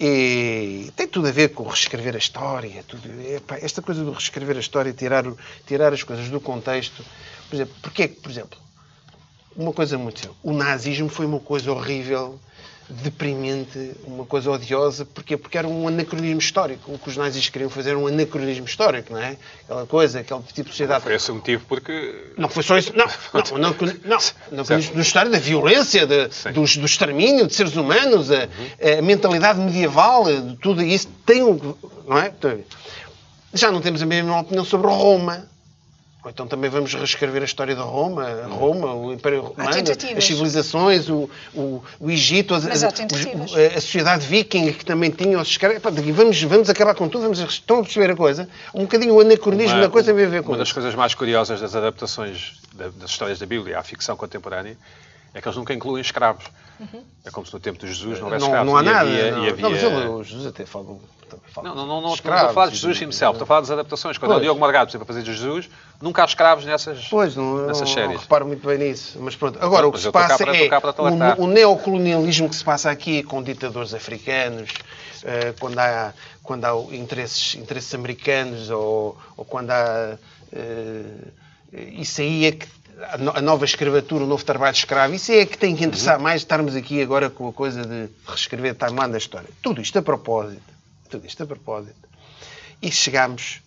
Speaker 3: E tem tudo a ver com reescrever a história. Tudo, Epá, esta coisa do reescrever a história, tirar, o- tirar as coisas do contexto. Por exemplo, porque é que, por exemplo, uma coisa muito séria. O nazismo foi uma coisa horrível deprimente, uma coisa odiosa. Porquê? Porque era um anacronismo histórico. O que os nazis queriam fazer era um anacronismo histórico, não é? Aquela coisa, aquele tipo de sociedade.
Speaker 1: Foi esse o motivo porque.
Speaker 3: Não foi só isso. Não, não,
Speaker 1: [laughs]
Speaker 3: não, não, não,
Speaker 1: Certo.
Speaker 3: no história da violência, de,
Speaker 1: Sim.
Speaker 3: dos, do extermínio de seres humanos, a, a mentalidade medieval, eh, de tudo isso tem um. Não é? Tem- Já não temos a mesma opinião sobre Roma. Ou então também vamos reescrever a história de Roma, Roma, o Império Romano,
Speaker 4: tentativas.
Speaker 3: as civilizações, o, o, o Egito, as,
Speaker 4: Mas há
Speaker 3: as-
Speaker 4: tentativas.
Speaker 3: os- a, a sociedade viking que também tinha os escravos. Epá, Vamos, vamos acabar com tudo, vamos, estão a perceber a coisa? Um bocadinho o anacronismo da coisa tem a ver com
Speaker 1: uma das
Speaker 3: isso.
Speaker 1: coisas mais curiosas das adaptações da- das histórias da Bíblia à ficção contemporânea é que eles nunca incluem escravos. É como se no tempo de Jesus não houvesse
Speaker 3: não,
Speaker 1: escravos.
Speaker 3: não há
Speaker 1: E
Speaker 3: nada.
Speaker 1: havia-
Speaker 3: não.
Speaker 1: e havia-
Speaker 3: Não, mas ele, o Jesus até fala. também fala
Speaker 1: Não, não, não,
Speaker 3: de
Speaker 1: não, estou
Speaker 3: escravos
Speaker 1: a falar de
Speaker 3: e
Speaker 1: Jesus
Speaker 3: de-
Speaker 1: himself, estou a falar das adaptações. Quando
Speaker 3: Pois.
Speaker 1: o Diogo Margado sempre a fazer de Jesus, nunca há escravos nessas,
Speaker 3: Pois, não, não,
Speaker 1: nessas
Speaker 3: não
Speaker 1: séries.
Speaker 3: reparo muito bem nisso. Mas pronto, agora
Speaker 1: Não,
Speaker 3: o que
Speaker 1: mas
Speaker 3: se
Speaker 1: eu tô cá
Speaker 3: passa
Speaker 1: para-
Speaker 3: é
Speaker 1: tô cá para tratar.
Speaker 3: o, o neocolonialismo que se passa aqui com ditadores africanos, eh, quando há, quando há o- interesses, interesses americanos ou, ou quando há. eh, isso aí é que. A no- a nova escravatura, o novo trabalho escravo, isso é que tem que
Speaker 1: Uhum.
Speaker 3: interessar mais estarmos aqui agora com a coisa de reescrever Taimã da história. Tudo isto a propósito. Tudo isto a propósito. E chegámos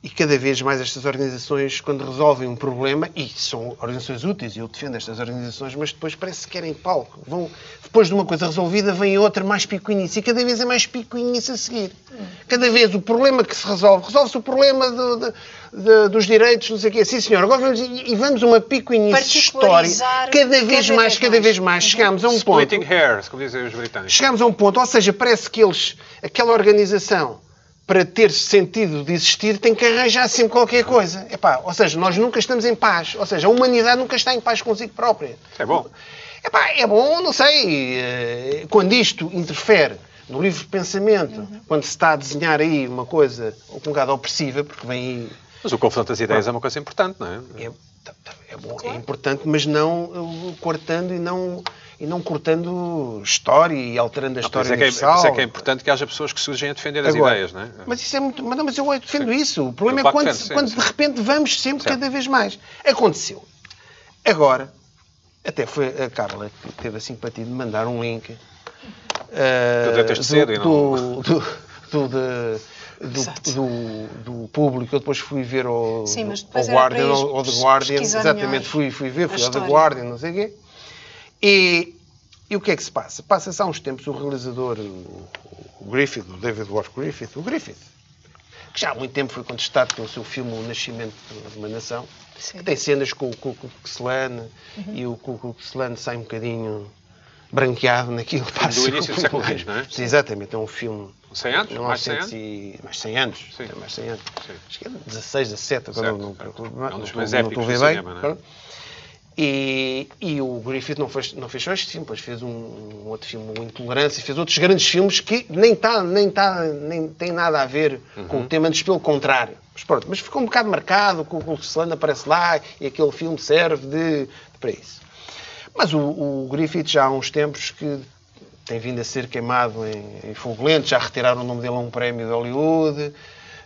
Speaker 3: e cada vez mais estas organizações, quando resolvem um problema, e são organizações úteis, e eu defendo estas organizações, mas depois parece que querem palco. Vão, depois de uma coisa resolvida, vem outra mais picuinice, e cada vez é mais picuinice a seguir. Cada vez o problema que se resolve, resolve-se o problema do- do- do- dos direitos, não sei o quê. Sim, senhor, agora vamos, e e vamos uma picuinice história.
Speaker 4: Particularizar
Speaker 3: Cada vez
Speaker 4: cada
Speaker 3: mais,
Speaker 4: vez
Speaker 3: cada
Speaker 4: mais.
Speaker 3: vez mais. Chegámos a um ponto
Speaker 1: Splitting hairs, como dizem os britânicos.
Speaker 3: chegámos a um ponto, ou seja, parece que eles, aquela organização, para ter sentido de existir, tem que arranjar sempre qualquer coisa. Epá, ou seja, nós nunca estamos em paz. Ou seja, a humanidade nunca está em paz consigo própria.
Speaker 1: É bom.
Speaker 3: Epá, é bom, não sei, eh, quando isto interfere no livre pensamento, quando se está a desenhar aí uma coisa um bocado opressiva, porque vem
Speaker 1: Mas o confronto das ideias é uma coisa importante, não é?
Speaker 3: aí. É, tá- tá- é bom, é importante, mas não eh, cortando e não, e não cortando história e alterando a
Speaker 1: Por
Speaker 3: história
Speaker 1: isso é, que é,
Speaker 3: universal.
Speaker 1: por isso é que é importante que haja pessoas que surgem a defender as
Speaker 3: Agora,
Speaker 1: ideias, não é?
Speaker 3: Mas isso é muito. Mas, não, mas eu defendo isso. O problema
Speaker 1: Eu
Speaker 3: é quando,
Speaker 1: defendo, sim,
Speaker 3: quando
Speaker 1: sim.
Speaker 3: de repente vamos sempre
Speaker 1: Certo.
Speaker 3: cada vez mais. Aconteceu. Agora, até foi a Carla que teve a simpatia de mandar um link.
Speaker 1: Tu
Speaker 3: Uh,
Speaker 1: deiteste cedo e
Speaker 3: do, do, do, de- do, do- do público, eu depois fui ver ao,
Speaker 4: Sim, mas
Speaker 3: ao
Speaker 4: depois era para
Speaker 3: Guardian,
Speaker 4: ir
Speaker 3: ao, ao The
Speaker 4: pes-
Speaker 3: Guardian,
Speaker 4: pesquisar melhor
Speaker 3: exatamente, fui, fui ver,
Speaker 4: a
Speaker 3: fui ao The
Speaker 4: história.
Speaker 3: Guardian, não sei o quê. E, e o que é que se passa? Passa-se há uns tempos o realizador, o, o Griffith, o David Ward Griffith, o Griffith, que já há muito tempo foi contestado pelo seu filme O Nascimento de uma Nação,
Speaker 4: Sim.
Speaker 3: que tem cenas com o Ku Klux Klan,
Speaker 4: Uhum.
Speaker 3: e o Ku Klux Klan sai um bocadinho branqueado naquilo. passa
Speaker 1: início do século
Speaker 3: mais-
Speaker 1: XX, não é?
Speaker 3: Sim, exatamente, é um filme...
Speaker 1: 100 anos? Mais 100 anos?
Speaker 3: 1900 e- Mais 100 anos.
Speaker 1: Sim.
Speaker 3: é Mais 100 anos.
Speaker 1: Sim.
Speaker 3: Acho que é 16, 17, agora
Speaker 1: Certo,
Speaker 3: não,
Speaker 1: certo.
Speaker 3: não,
Speaker 1: É um dos mais
Speaker 3: não estou- não
Speaker 1: épicos
Speaker 3: estou a ver
Speaker 1: do
Speaker 3: bem.
Speaker 1: cinema, não é?
Speaker 3: E, e o Griffith não fez, não fez só este filme, pois fez um, um outro filme, o Intolerância, fez outros grandes filmes que nem, tá, nem, tá, nem tem nada a ver com o
Speaker 1: Uhum.
Speaker 3: tema, antes pelo contrário. Mas pronto, mas ficou um bocado marcado, que o Lucilano aparece lá e aquele filme serve de, para isso. Mas o, o Griffith já há uns tempos que tem vindo a ser queimado em, em fogo lento, já retiraram o nome dele a um prémio de Hollywood,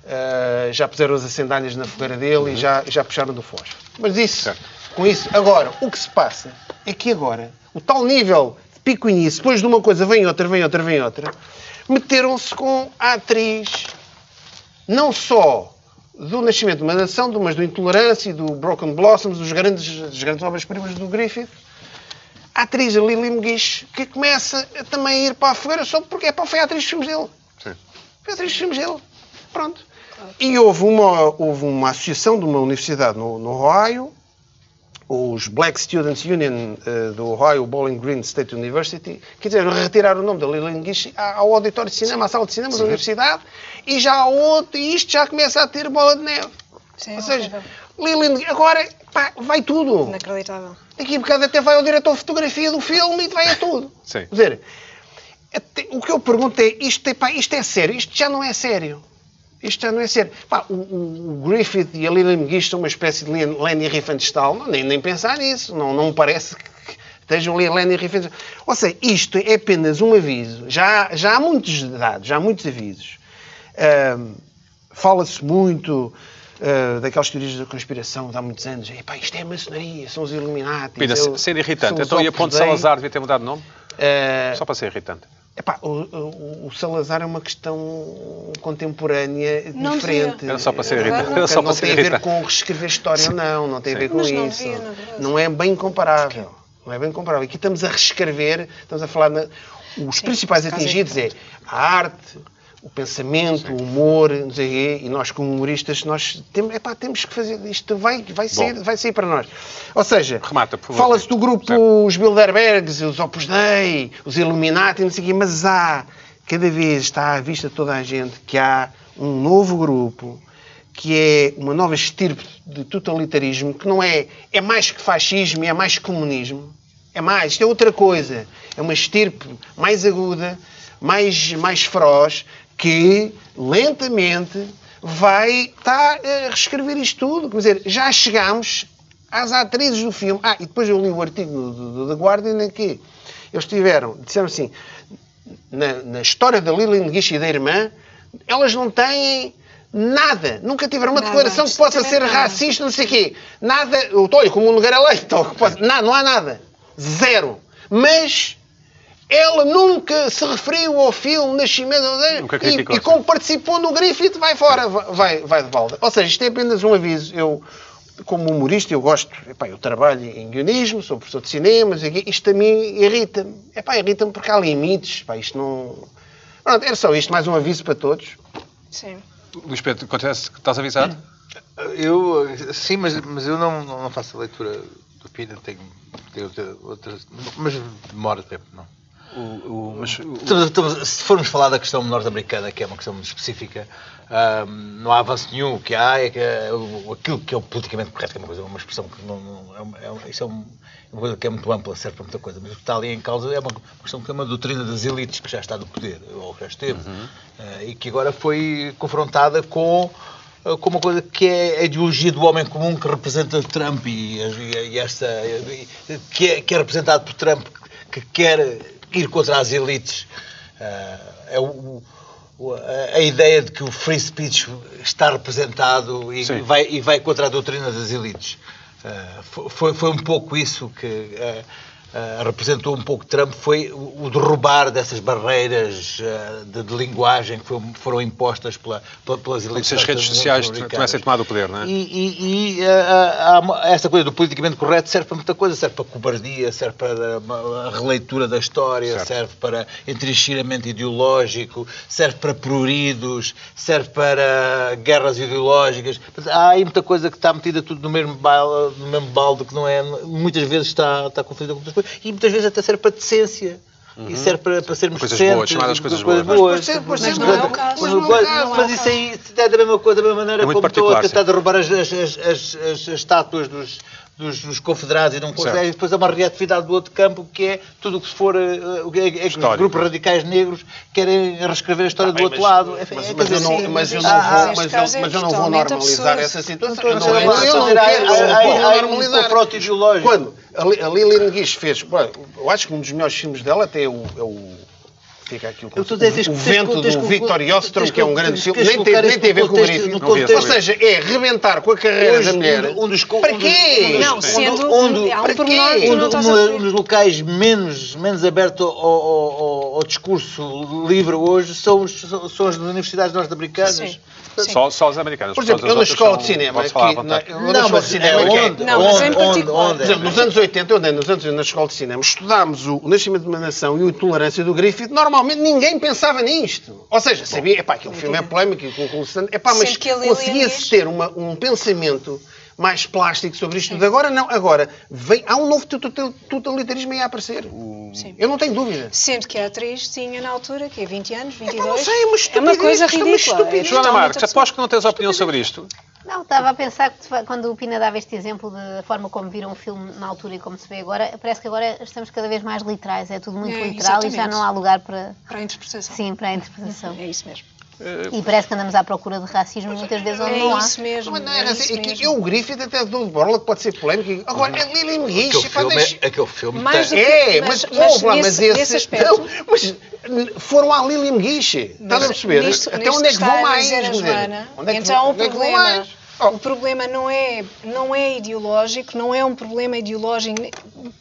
Speaker 3: ah, já puseram as acendalhas na fogueira dele e já, já puxaram do fósforo. Mas isso,
Speaker 1: Uhum. Certo.
Speaker 3: com isso, agora, o que se passa é que agora, o tal nível de pico início, depois de uma coisa vem outra, vem outra, vem outra, meteram-se com a atriz não só do nascimento de uma nação, do- mas do Intolerância e do Broken Blossoms, dos grandes, das grandes obras-primas do Griffith, a atriz Lili Meguiche, que começa a também ir para a fogueira só porque é, pá, foi a atriz de filmes dele.
Speaker 1: Sim.
Speaker 3: Foi a atriz de filmes dele. Pronto. E houve uma, houve uma associação de uma universidade no, no Ohio, os Black Students Union eh, do Ohio Bowling Green State University, quer dizer, retirar o nome da Lilian Guiche ao auditório de cinema, à sala de cinema da universidade, e já há outro, e isto já começa a ter bola de neve.
Speaker 4: Sim,
Speaker 3: Ou
Speaker 4: é
Speaker 3: seja,
Speaker 4: horrível.
Speaker 3: Lilian, agora pá, vai tudo.
Speaker 4: Inacreditável.
Speaker 3: Daqui a bocado até vai ao diretor de fotografia do filme e vai a tudo.
Speaker 1: Sim.
Speaker 3: Quer dizer, até- o que eu pergunto é isto, é, pá, isto é sério, isto já não é sério. Isto já não é sério. Pá, o, o- o Griffith e a Lily McGuish são uma espécie de Len- Lenny Riefenstahl. Não, nem, nem pensar nisso. Não, não parece que que estejam ali a Lenny Riefenstahl. Ou seja, isto é apenas um aviso. Já, já há muitos dados, já há muitos avisos. Ahm, Fala-se muito ah, daquelas teorias da conspiração de há muitos anos. Epá, isto é maçonaria, são os Illuminati.
Speaker 1: Pina,
Speaker 3: é o-
Speaker 1: sendo irritante.
Speaker 3: são os
Speaker 1: Então, e a
Speaker 3: Opus
Speaker 1: Ponte
Speaker 3: Dei.
Speaker 1: Salazar devia ter mudado de nome?
Speaker 3: Eh, Eh,
Speaker 1: Só para ser irritante.
Speaker 3: epá, o, o- o Salazar é uma questão contemporânea
Speaker 4: Não
Speaker 3: diferente.
Speaker 4: devia.
Speaker 1: Era só para ser
Speaker 4: É verdade,
Speaker 1: irritante. Era só
Speaker 3: Portanto,
Speaker 1: para
Speaker 3: não
Speaker 1: ser
Speaker 3: tem a ver
Speaker 1: irritante.
Speaker 3: com reescrever história ou não, não tem a ver com
Speaker 4: Mas não
Speaker 3: isso.
Speaker 4: devia, na verdade.
Speaker 3: não é bem comparável. Não é bem comparável. Aqui estamos a reescrever, estamos a falar. na- Os principais
Speaker 4: caso é
Speaker 3: atingidos é a arte, o pensamento, o humor, não sei o quê, e nós, como humoristas, nós temos, epá, temos que fazer. Isto vai, vai, sair, vai sair para nós. Ou seja,
Speaker 1: Remata, por favor.
Speaker 3: fala-se do grupo
Speaker 1: Certo.
Speaker 3: os Bilderbergs, os Opus Dei, os Illuminati, não sei o quê, mas há, cada vez está à vista de toda a gente que há um novo grupo que é uma nova estirpe de totalitarismo, que não é, é mais que fascismo, é mais que comunismo, é mais, isto é outra coisa, é uma estirpe mais aguda, mais, mais feroz, que lentamente vai tá, a reescrever isto tudo. Quer dizer, já chegámos às atrizes do filme. Ah, e depois eu li o artigo do, do, do The Guardian em que eles tiveram, disseram assim, na, na história da Lilian Guiche e da irmã, elas não têm nada, nunca tiveram uma
Speaker 4: Nada,
Speaker 3: declaração que possa ser
Speaker 4: absolutamente nada.
Speaker 3: racista, não sei o quê. Nada, eu estou, olha, como um lugar eleito, ou que possa- não, não há nada. Zero. Mas ela nunca se referiu ao filme Nascimento
Speaker 1: Nunca
Speaker 3: e,
Speaker 1: criticou,
Speaker 3: e como participou no Griffith, vai fora, vai, vai de balda. Ou seja, isto é apenas um aviso. Eu, como humorista, eu gosto, epá, eu trabalho em guionismo, sou professor de cinema, não sei o quê, isto a mim irrita-me. Epá, irrita-me porque há limites, pá, isto não... Pronto, era só isto, mais um aviso para todos.
Speaker 4: Sim.
Speaker 1: Luís Pedro, acontece que estás avisado?
Speaker 7: Eu, eh, sim, mas, mas eu não, não não faço a leitura do Pina, tenho, tenho outra- outras. Mas demora tempo, não.
Speaker 1: O- o- mas o-
Speaker 7: Estamos- estamos- se formos falar da questão norte-americana, que é uma questão muito específica, ahm, não há avanço nenhum. O que há é que, eh, o- aquilo que é o politicamente correto, que é uma, coisa, uma expressão que não. não- é uma- é uma- isso é um- uma coisa que é muito ampla, serve para muita coisa, mas o que está ali em causa é uma questão que é uma doutrina das elites que já está no poder, ou já esteve,
Speaker 1: Uhum.
Speaker 7: eh, e que agora foi confrontada com eh, com uma coisa que é a ideologia do homem comum que representa Trump e, e- e esta e- que, é, que é representado por Trump que quer ir contra as elites. Ah, é o- o- a- a ideia de que o free speech está representado e
Speaker 1: Sim.
Speaker 7: vai, e vai contra a doutrina das elites. Ah, fo- foi, foi um pouco isso que ah, ah, representou um pouco Trump, foi o, o derrubar dessas barreiras ah, de, de linguagem que foram, foram impostas pela, pela, pelas elites.
Speaker 1: se as redes sociais tivessem tomado o poder, não é?
Speaker 7: E, e- e, ah, ah, há- esta coisa do politicamente correto serve para muita coisa, serve para cobardia, serve para uma- a releitura da história,
Speaker 1: Certo.
Speaker 7: serve para entrincheiramento ideológico, serve para pruridos, serve para guerras ideológicas. Mas há aí muita coisa que está metida tudo no mesmo balde, no mesmo balde que não é, muitas vezes está, está confundida com outras coisas, e muitas vezes até serve para decência. E serve para, para sermos
Speaker 1: Uhum. Coisas
Speaker 7: decentes,
Speaker 1: boas, chamadas coisas boas,
Speaker 3: mas- Mas
Speaker 4: não é o caso, mas não é o caso.
Speaker 7: um Mas isso aí é da mesma coisa, da mesma maneira
Speaker 1: É muito
Speaker 7: como estou a
Speaker 1: particular,
Speaker 7: tentar
Speaker 1: sim.
Speaker 7: derrubar as, as, as, as, as- as estátuas dos, dos, dos confederados e não consegue.
Speaker 1: Certo.
Speaker 7: E depois há uma reatividade do outro campo que é tudo o que se for. eh, o que é, é que os
Speaker 1: Histórico.
Speaker 7: grupos radicais negros querem reescrever a história
Speaker 3: Tá
Speaker 7: do
Speaker 3: bem,
Speaker 7: outro
Speaker 3: mas-
Speaker 7: lado. É,
Speaker 3: Mas,
Speaker 7: é,
Speaker 3: mas
Speaker 7: quer
Speaker 3: eu não,
Speaker 7: dizer, sim,
Speaker 3: mas eu
Speaker 4: mas
Speaker 3: não
Speaker 4: isso-
Speaker 3: vou,
Speaker 4: isso
Speaker 3: mas
Speaker 4: caso
Speaker 3: eu,
Speaker 4: é
Speaker 3: mas eu não vou
Speaker 4: totalmente
Speaker 3: normalizar
Speaker 4: absurdo.
Speaker 3: essa situação.
Speaker 7: Não,
Speaker 3: Eu não
Speaker 7: não,
Speaker 3: vou-
Speaker 7: não,
Speaker 3: eu não
Speaker 7: não,
Speaker 3: quero,
Speaker 7: não,
Speaker 3: eu não
Speaker 7: há-
Speaker 3: vou
Speaker 7: há- há um
Speaker 3: normalizar.
Speaker 7: confronto ideológico.
Speaker 3: Quando a Li- a Lilian Guiche fez, bom, eu acho que um dos melhores filmes dela até é o... é o- Fica aqui o,
Speaker 7: Eu estou a dizer, tens-
Speaker 3: conceito. o
Speaker 7: tens-
Speaker 3: vento
Speaker 7: tens-
Speaker 3: do
Speaker 7: tens-
Speaker 3: Victor
Speaker 7: tens-
Speaker 3: Ostrom,
Speaker 7: tens-
Speaker 3: que é um
Speaker 7: tens-
Speaker 3: grande
Speaker 7: tens-
Speaker 3: filme,
Speaker 7: tens-
Speaker 3: nem tem,
Speaker 7: colocar
Speaker 3: nem
Speaker 7: isto
Speaker 3: tem a ver
Speaker 7: no
Speaker 3: com o
Speaker 7: contexto-
Speaker 3: Griffith.
Speaker 7: no
Speaker 1: Não vi esse
Speaker 3: Ou
Speaker 1: contexto.
Speaker 3: seja, é arrebentar com a carreira
Speaker 7: Hoje,
Speaker 3: da mulher.
Speaker 7: um do- um dos co-
Speaker 3: Para
Speaker 7: um
Speaker 3: quê?
Speaker 7: do-
Speaker 4: Não, sendo- há um
Speaker 3: para
Speaker 4: pormenor
Speaker 3: quê?
Speaker 4: que tu
Speaker 7: um,
Speaker 4: não
Speaker 7: do-
Speaker 4: estás
Speaker 7: um
Speaker 4: a
Speaker 7: dos
Speaker 4: ver.
Speaker 7: locais menos, menos aberto ao, ao- ao- ao discurso livre hoje são, os- são- são as universidades norte-americanas.
Speaker 4: Sim.
Speaker 1: Só, só as americanas.
Speaker 3: Por exemplo,
Speaker 1: todas
Speaker 3: eu
Speaker 1: as
Speaker 3: na
Speaker 1: outras
Speaker 3: escola
Speaker 1: são-
Speaker 3: de cinema,
Speaker 1: podes falar à
Speaker 3: aqui, na,
Speaker 1: vontade.
Speaker 3: eu na escola de cinema,
Speaker 7: é
Speaker 3: aqui-
Speaker 7: onde?
Speaker 4: Não, mas em
Speaker 7: Onde?
Speaker 4: particular.
Speaker 7: Onde?
Speaker 3: Por exemplo, nos anos 80, eu andei nos anos, na escola de cinema, estudámos o, o Nascimento de uma Nação e o Intolerância do Griffith. Normalmente ninguém pensava nisto. Ou seja, sabia, epá, aquele filme é polémico e com o Luciano, epá, mas
Speaker 4: Sendo que é a Lilian
Speaker 3: conseguia-se
Speaker 4: diz-
Speaker 3: ter uma- um pensamento mais plástico sobre isto tudo. Agora não, agora vem, há um novo total- totalitarismo aí a aparecer.
Speaker 4: Sim.
Speaker 3: Eu não tenho dúvida.
Speaker 4: Sendo que a atriz tinha na altura, que é 20 anos, 22.
Speaker 3: não sei, é uma
Speaker 4: É uma
Speaker 3: estupidez,
Speaker 4: coisa
Speaker 3: isto é uma
Speaker 4: ridícula.
Speaker 3: estupidez.
Speaker 1: Joana
Speaker 4: totalmente
Speaker 1: Marques,
Speaker 4: absurdo.
Speaker 1: aposto que não tens opinião sobre isto.
Speaker 2: Não, estava a pensar que tu- quando o Pina dava este exemplo da forma como viram um filme na altura e como se vê agora, parece que agora estamos cada vez mais literais, é tudo muito
Speaker 4: É,
Speaker 2: literal e já
Speaker 4: exatamente.
Speaker 2: não há lugar para,
Speaker 4: Para a interpretação.
Speaker 2: sim, para a interpretação.
Speaker 4: É isso mesmo.
Speaker 2: E parece que andamos à procura de racismo muitas vezes onde não
Speaker 4: É
Speaker 2: há.
Speaker 4: isso mesmo.
Speaker 3: Não, não,
Speaker 4: é
Speaker 3: é
Speaker 4: isso
Speaker 3: assim, aqui,
Speaker 4: mesmo.
Speaker 3: eu, o Griffith, até dou de borla, que pode ser polémico. Agora, é Lilian Guiche,
Speaker 7: Aquele
Speaker 3: epá,
Speaker 7: filme,
Speaker 3: deixa-
Speaker 7: é- aquele filme
Speaker 4: Mais
Speaker 7: tem-
Speaker 4: do
Speaker 3: É, mas,
Speaker 4: Mas- mas
Speaker 3: ouve lá, mas
Speaker 4: nesse-
Speaker 3: esse.
Speaker 4: nesse aspecto-
Speaker 3: [laughs] não, mas n- foram à Lilian Guiche. Estás a perceber?
Speaker 4: Nisto-
Speaker 3: Até
Speaker 4: nisto
Speaker 3: onde é que
Speaker 4: está
Speaker 3: vão
Speaker 4: a
Speaker 3: mais?
Speaker 4: dizer a
Speaker 3: quer dizer,
Speaker 4: Joana,
Speaker 3: onde é que
Speaker 4: então
Speaker 3: vão-
Speaker 4: o
Speaker 3: onde é que vão
Speaker 4: problema
Speaker 3: mais?
Speaker 4: O problema não é, não é ideológico, não é um problema ideológico,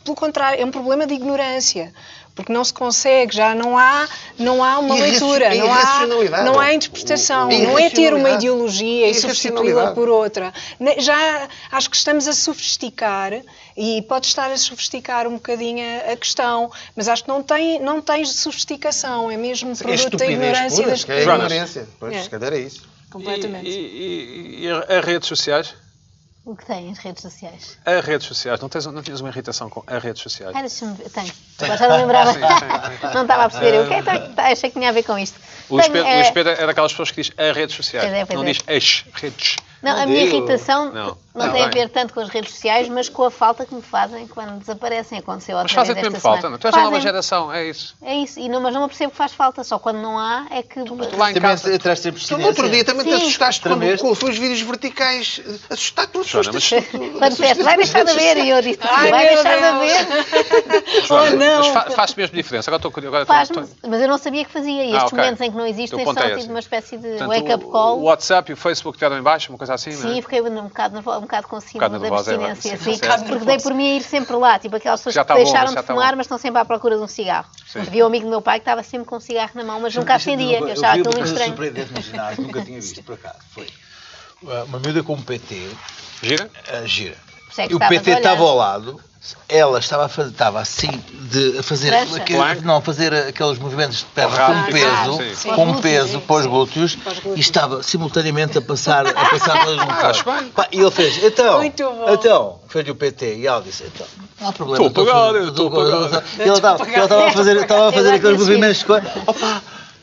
Speaker 4: pelo contrário, é um problema de ignorância. Porque não se consegue, já não há, não há uma
Speaker 3: Irraci-
Speaker 4: leitura, não há,
Speaker 3: irracionalidade.
Speaker 4: não há interpretação,
Speaker 3: O- o-
Speaker 4: não é ter uma
Speaker 3: irracionalidade.
Speaker 4: ideologia e substituí-la
Speaker 3: Irracionalidade.
Speaker 4: por outra. Ne- Já acho que estamos a sofisticar e pode estar a sofisticar um bocadinho a- a questão, mas acho que não tem, não tem sofisticação, é mesmo
Speaker 3: É
Speaker 4: produto da
Speaker 3: estupidez
Speaker 4: ignorância
Speaker 3: pura,
Speaker 4: das
Speaker 3: se calhar é
Speaker 1: Jonas.
Speaker 4: pessoas.
Speaker 3: ignorância. Pois,
Speaker 4: É.
Speaker 3: se calhar é isso.
Speaker 4: Completamente.
Speaker 1: E, e- e- e a- as redes sociais?
Speaker 2: O que tem as redes sociais?
Speaker 1: As redes sociais. Não, tens, não tinhas uma irritação com as redes sociais?
Speaker 2: Ai, deixa-me ver. Tenho. Agora já não lembrava. não estava a perceber. Eu, o que é que tá- tá- achei que tinha a ver com isto?
Speaker 1: O Luís
Speaker 2: Tenho,
Speaker 1: Pedro,
Speaker 2: eh,
Speaker 1: Luís Pedro é daquelas pessoas que diz as redes sociais.
Speaker 2: Pois é, pois
Speaker 1: não
Speaker 2: é.
Speaker 1: diz as redes.
Speaker 2: Não, a minha irritação
Speaker 1: Não.
Speaker 2: não,
Speaker 1: Não,
Speaker 2: tem a
Speaker 1: bem.
Speaker 2: ver tanto com as redes sociais, mas com a falta que me fazem quando desaparecem. Aconteceu outra
Speaker 1: Mas fazem-te
Speaker 2: vez esta
Speaker 1: mesmo falta,
Speaker 2: semana.
Speaker 1: não? é Tu és da nova
Speaker 2: Fazem-me.
Speaker 1: geração, é isso.
Speaker 2: É isso, e não, mas não percebo que faz falta, só quando não há é que.
Speaker 1: Lá em
Speaker 7: Também
Speaker 1: casa.
Speaker 7: atrás sempre
Speaker 3: Tu Então, no outro dia também te
Speaker 2: Sim.
Speaker 3: assustaste quando,
Speaker 7: Tremeste.
Speaker 3: com os teus vídeos verticais. Assustaste, tu
Speaker 1: Joana,
Speaker 3: assustas.
Speaker 4: é,
Speaker 2: Quando disseste, vai deixar de ver, e eu disse,
Speaker 4: Ai,
Speaker 2: vai
Speaker 4: meu
Speaker 2: deixar de
Speaker 4: Deus.
Speaker 2: ver.
Speaker 1: Joana,
Speaker 4: não.
Speaker 1: Mas fa faz mesmo diferença. Agora estou curioso. Agora
Speaker 2: Faz
Speaker 1: estou-
Speaker 2: mas eu não sabia que fazia. E estes
Speaker 1: Então, Ah, ok.
Speaker 2: momentos em que não
Speaker 1: Eu
Speaker 2: existem são
Speaker 1: contei
Speaker 2: tipo
Speaker 1: assim.
Speaker 2: uma espécie de
Speaker 1: Portanto,
Speaker 2: wake-up
Speaker 1: o-
Speaker 2: call.
Speaker 1: O WhatsApp e o Facebook tiveram em baixo, uma coisa assim, não é?
Speaker 2: Sim, fiquei um bocado, nervo- um bocado com
Speaker 1: Um bocado
Speaker 2: síndrome da
Speaker 1: nervosa, é,
Speaker 2: abstinência,
Speaker 1: sim,
Speaker 2: assim,
Speaker 1: sim, sim.
Speaker 2: porque dei por mim a ir sempre lá, tipo aquelas pessoas
Speaker 1: Já
Speaker 2: que
Speaker 1: tá bom,
Speaker 2: deixaram
Speaker 1: já
Speaker 2: de
Speaker 1: tá
Speaker 2: fumar,
Speaker 1: bom.
Speaker 2: mas estão sempre à procura de um cigarro.
Speaker 1: Sim.
Speaker 2: Havia um amigo do meu pai que estava sempre com um cigarro na mão, mas nunca acendia, que eu achava aquilo muito estranho.
Speaker 7: surpreendente no ginásio, nunca tinha visto, por acaso. Foi uh, uma miúda com um PT,
Speaker 1: Gira?
Speaker 7: uh, gira.
Speaker 2: Por isso é que
Speaker 7: E o
Speaker 2: estavas
Speaker 7: PT
Speaker 2: a olhar.
Speaker 7: estava ao lado, ela estava, a fazer, estava assim, de, a fazer,
Speaker 2: Prancha.
Speaker 7: aquele-
Speaker 1: Plank.
Speaker 7: não, a fazer aqueles movimentos de perna
Speaker 1: Rabo. Ah,
Speaker 7: com peso,
Speaker 1: Sim.
Speaker 4: Sim.
Speaker 7: com
Speaker 4: Sim.
Speaker 7: peso
Speaker 4: Sim.
Speaker 7: para os glúteos, e estava simultaneamente a passar, a passar pelas
Speaker 1: acho
Speaker 7: glúteos. Pá, E ele fez, então,
Speaker 4: Muito bom.
Speaker 7: então, fez-lhe o PT, e ela disse, então, não há problema.
Speaker 1: Estou a
Speaker 7: estou
Speaker 1: pagar,
Speaker 7: fazendo-
Speaker 1: eu estou a pagar.
Speaker 7: E Ele estava ele estava a fazer, estava a fazer aqueles movimentos de cor. Opa!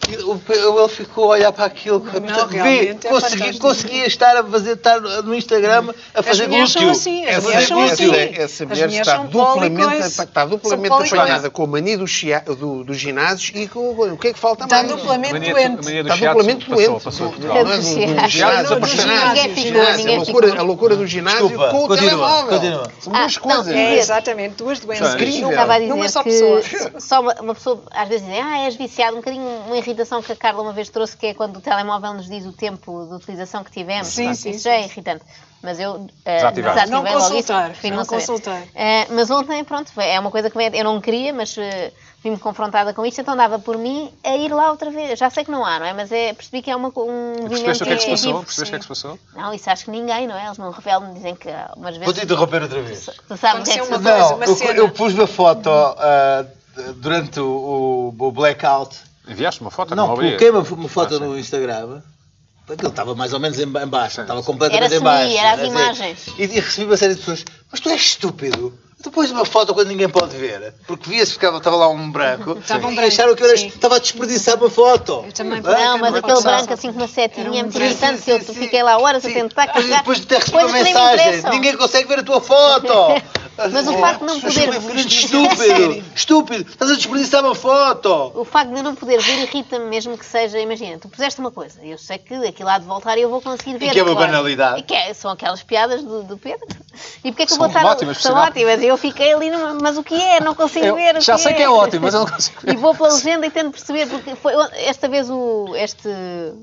Speaker 7: e o- o- Ele ficou a olhar para aquilo. Portanto, vi,
Speaker 4: realmente é
Speaker 7: consegui,
Speaker 4: fantástico.
Speaker 7: conseguia estar a fazer, estar no Instagram a
Speaker 4: As
Speaker 7: fazer
Speaker 4: mulheres são
Speaker 7: glúteo. É
Speaker 4: assim, as
Speaker 3: Essa,
Speaker 4: mulheres são
Speaker 3: essa-
Speaker 4: assim.
Speaker 3: essa
Speaker 4: As
Speaker 3: mulher
Speaker 4: mulheres
Speaker 3: está
Speaker 4: são
Speaker 3: duplamente,
Speaker 4: policóis.
Speaker 3: apa- está duplamente
Speaker 4: São policóis.
Speaker 3: apanhada com a mania do, chia- do- dos ginásios e com o que é que falta
Speaker 4: Está
Speaker 3: mais?
Speaker 4: duplamente
Speaker 1: Mania-
Speaker 4: doente.
Speaker 1: mania do
Speaker 3: Está
Speaker 1: shiatsu
Speaker 3: duplamente
Speaker 1: passou,
Speaker 3: Tá doente.
Speaker 1: passou em
Speaker 3: Não
Speaker 1: Portugal.
Speaker 3: é do- do
Speaker 1: Ginásio,
Speaker 3: ginásio,
Speaker 1: ninguém
Speaker 3: ginásio,
Speaker 2: ficou,
Speaker 3: ginásio,
Speaker 2: ninguém
Speaker 3: a loucura,
Speaker 2: ficou.
Speaker 3: a loucura do ginásio
Speaker 7: Desculpa,
Speaker 3: com o
Speaker 7: continua,
Speaker 3: telemóvel.
Speaker 7: continua.
Speaker 3: São duas
Speaker 2: Ah, não,
Speaker 3: coisas.
Speaker 4: É, exatamente, duas doenças.
Speaker 1: Sim.
Speaker 3: Incrível.
Speaker 2: Não estava a dizer
Speaker 4: Numa só
Speaker 2: que
Speaker 4: pessoa.
Speaker 2: [laughs] só uma, uma pessoa às vezes diz, ah, és viciado, um bocadinho uma irritação que a Carla uma vez trouxe, que é quando o telemóvel nos diz o tempo de utilização que tivemos.
Speaker 4: Sim,
Speaker 2: Pronto,
Speaker 4: sim,
Speaker 2: isso
Speaker 4: sim,
Speaker 2: já é
Speaker 4: sim.
Speaker 2: irritante. Mas eu uh,
Speaker 1: Desativado.
Speaker 2: desativei
Speaker 4: Não
Speaker 2: logo isso,
Speaker 4: consultar,
Speaker 2: prefiro
Speaker 4: não
Speaker 2: saber.
Speaker 4: consultar.
Speaker 2: Uh, mas ontem, pronto, foi- é uma coisa que me- eu não queria, mas uh, vim-me confrontada com isto, então dava por mim a ir lá outra vez. Já sei que não há, não é? Mas é, percebi que é uma, co- um movimento
Speaker 1: Percebeste o que é que se passou?
Speaker 2: instintivo.
Speaker 1: Percebeste o que é que se passou?
Speaker 2: Não, isso acho que ninguém, não é? Eles não revelam, dizem que ah, umas vezes...
Speaker 7: Vou-te interromper outra vez.
Speaker 2: Tu sabes o que é que se
Speaker 4: Aconteceu
Speaker 2: passou?
Speaker 4: coisa,
Speaker 7: Não,
Speaker 4: uma
Speaker 7: eu,
Speaker 4: cena.
Speaker 7: eu pus uma foto ah, durante o, o- o blackout.
Speaker 1: Enviaste uma foto?
Speaker 7: Não,
Speaker 1: Não, abri.
Speaker 7: coloquei uma, uma foto
Speaker 1: Ah, sim.
Speaker 7: no Instagram. Aquilo estava mais ou menos em, em baixo, estava completamente
Speaker 2: Era
Speaker 4: assim,
Speaker 7: em baixo.
Speaker 2: semi, era as
Speaker 7: quer dizer,
Speaker 2: imagens.
Speaker 7: E, e recebi uma série de pessoas, mas tu és estúpido. Tu pôs uma foto quando ninguém pode ver. Porque via-se que estava lá um branco.
Speaker 4: Estava um
Speaker 7: e
Speaker 4: branco,
Speaker 7: acharam que eu era-
Speaker 4: sim.
Speaker 7: estava a desperdiçar uma foto.
Speaker 4: Eu também,
Speaker 7: Ah,
Speaker 2: Não, mas
Speaker 4: Branca,
Speaker 2: aquele
Speaker 4: branca,
Speaker 2: branco assim com uma
Speaker 4: Era um
Speaker 2: setinha muito
Speaker 4: branco.
Speaker 2: irritante que eu
Speaker 7: Sim, sim,
Speaker 2: fiquei lá horas a
Speaker 7: sim.
Speaker 2: tentar
Speaker 7: Mas
Speaker 2: carregar.
Speaker 7: depois te recebi uma
Speaker 2: Coisas que nem me
Speaker 7: mensagem.
Speaker 2: interessam.
Speaker 7: Ninguém consegue ver a tua foto.
Speaker 2: [laughs] Mas o facto de não
Speaker 7: Mas
Speaker 2: poder-
Speaker 7: tu és um grande Estúpido. Estúpido. Estás a desperdiçar uma foto.
Speaker 2: O facto de eu não poder ver irrita-me mesmo que seja, imagina, tu puseste uma coisa, eu sei que aquilo há de voltar e eu vou conseguir ver.
Speaker 7: que é uma
Speaker 2: claro.
Speaker 7: banalidade.
Speaker 2: E que é- são aquelas piadas do, do Pedro. E porque é que
Speaker 1: São
Speaker 2: eu vou estar
Speaker 1: ótimas, por
Speaker 2: São
Speaker 1: sinal.
Speaker 2: ótimas. E eu fiquei ali, numa, mas o que é? Não consigo
Speaker 1: Eu
Speaker 2: ver. o
Speaker 1: já sei que é ótimo, mas eu não [laughs] consigo ver.
Speaker 2: E vou pela legenda e tento perceber, porque foi, esta vez o, este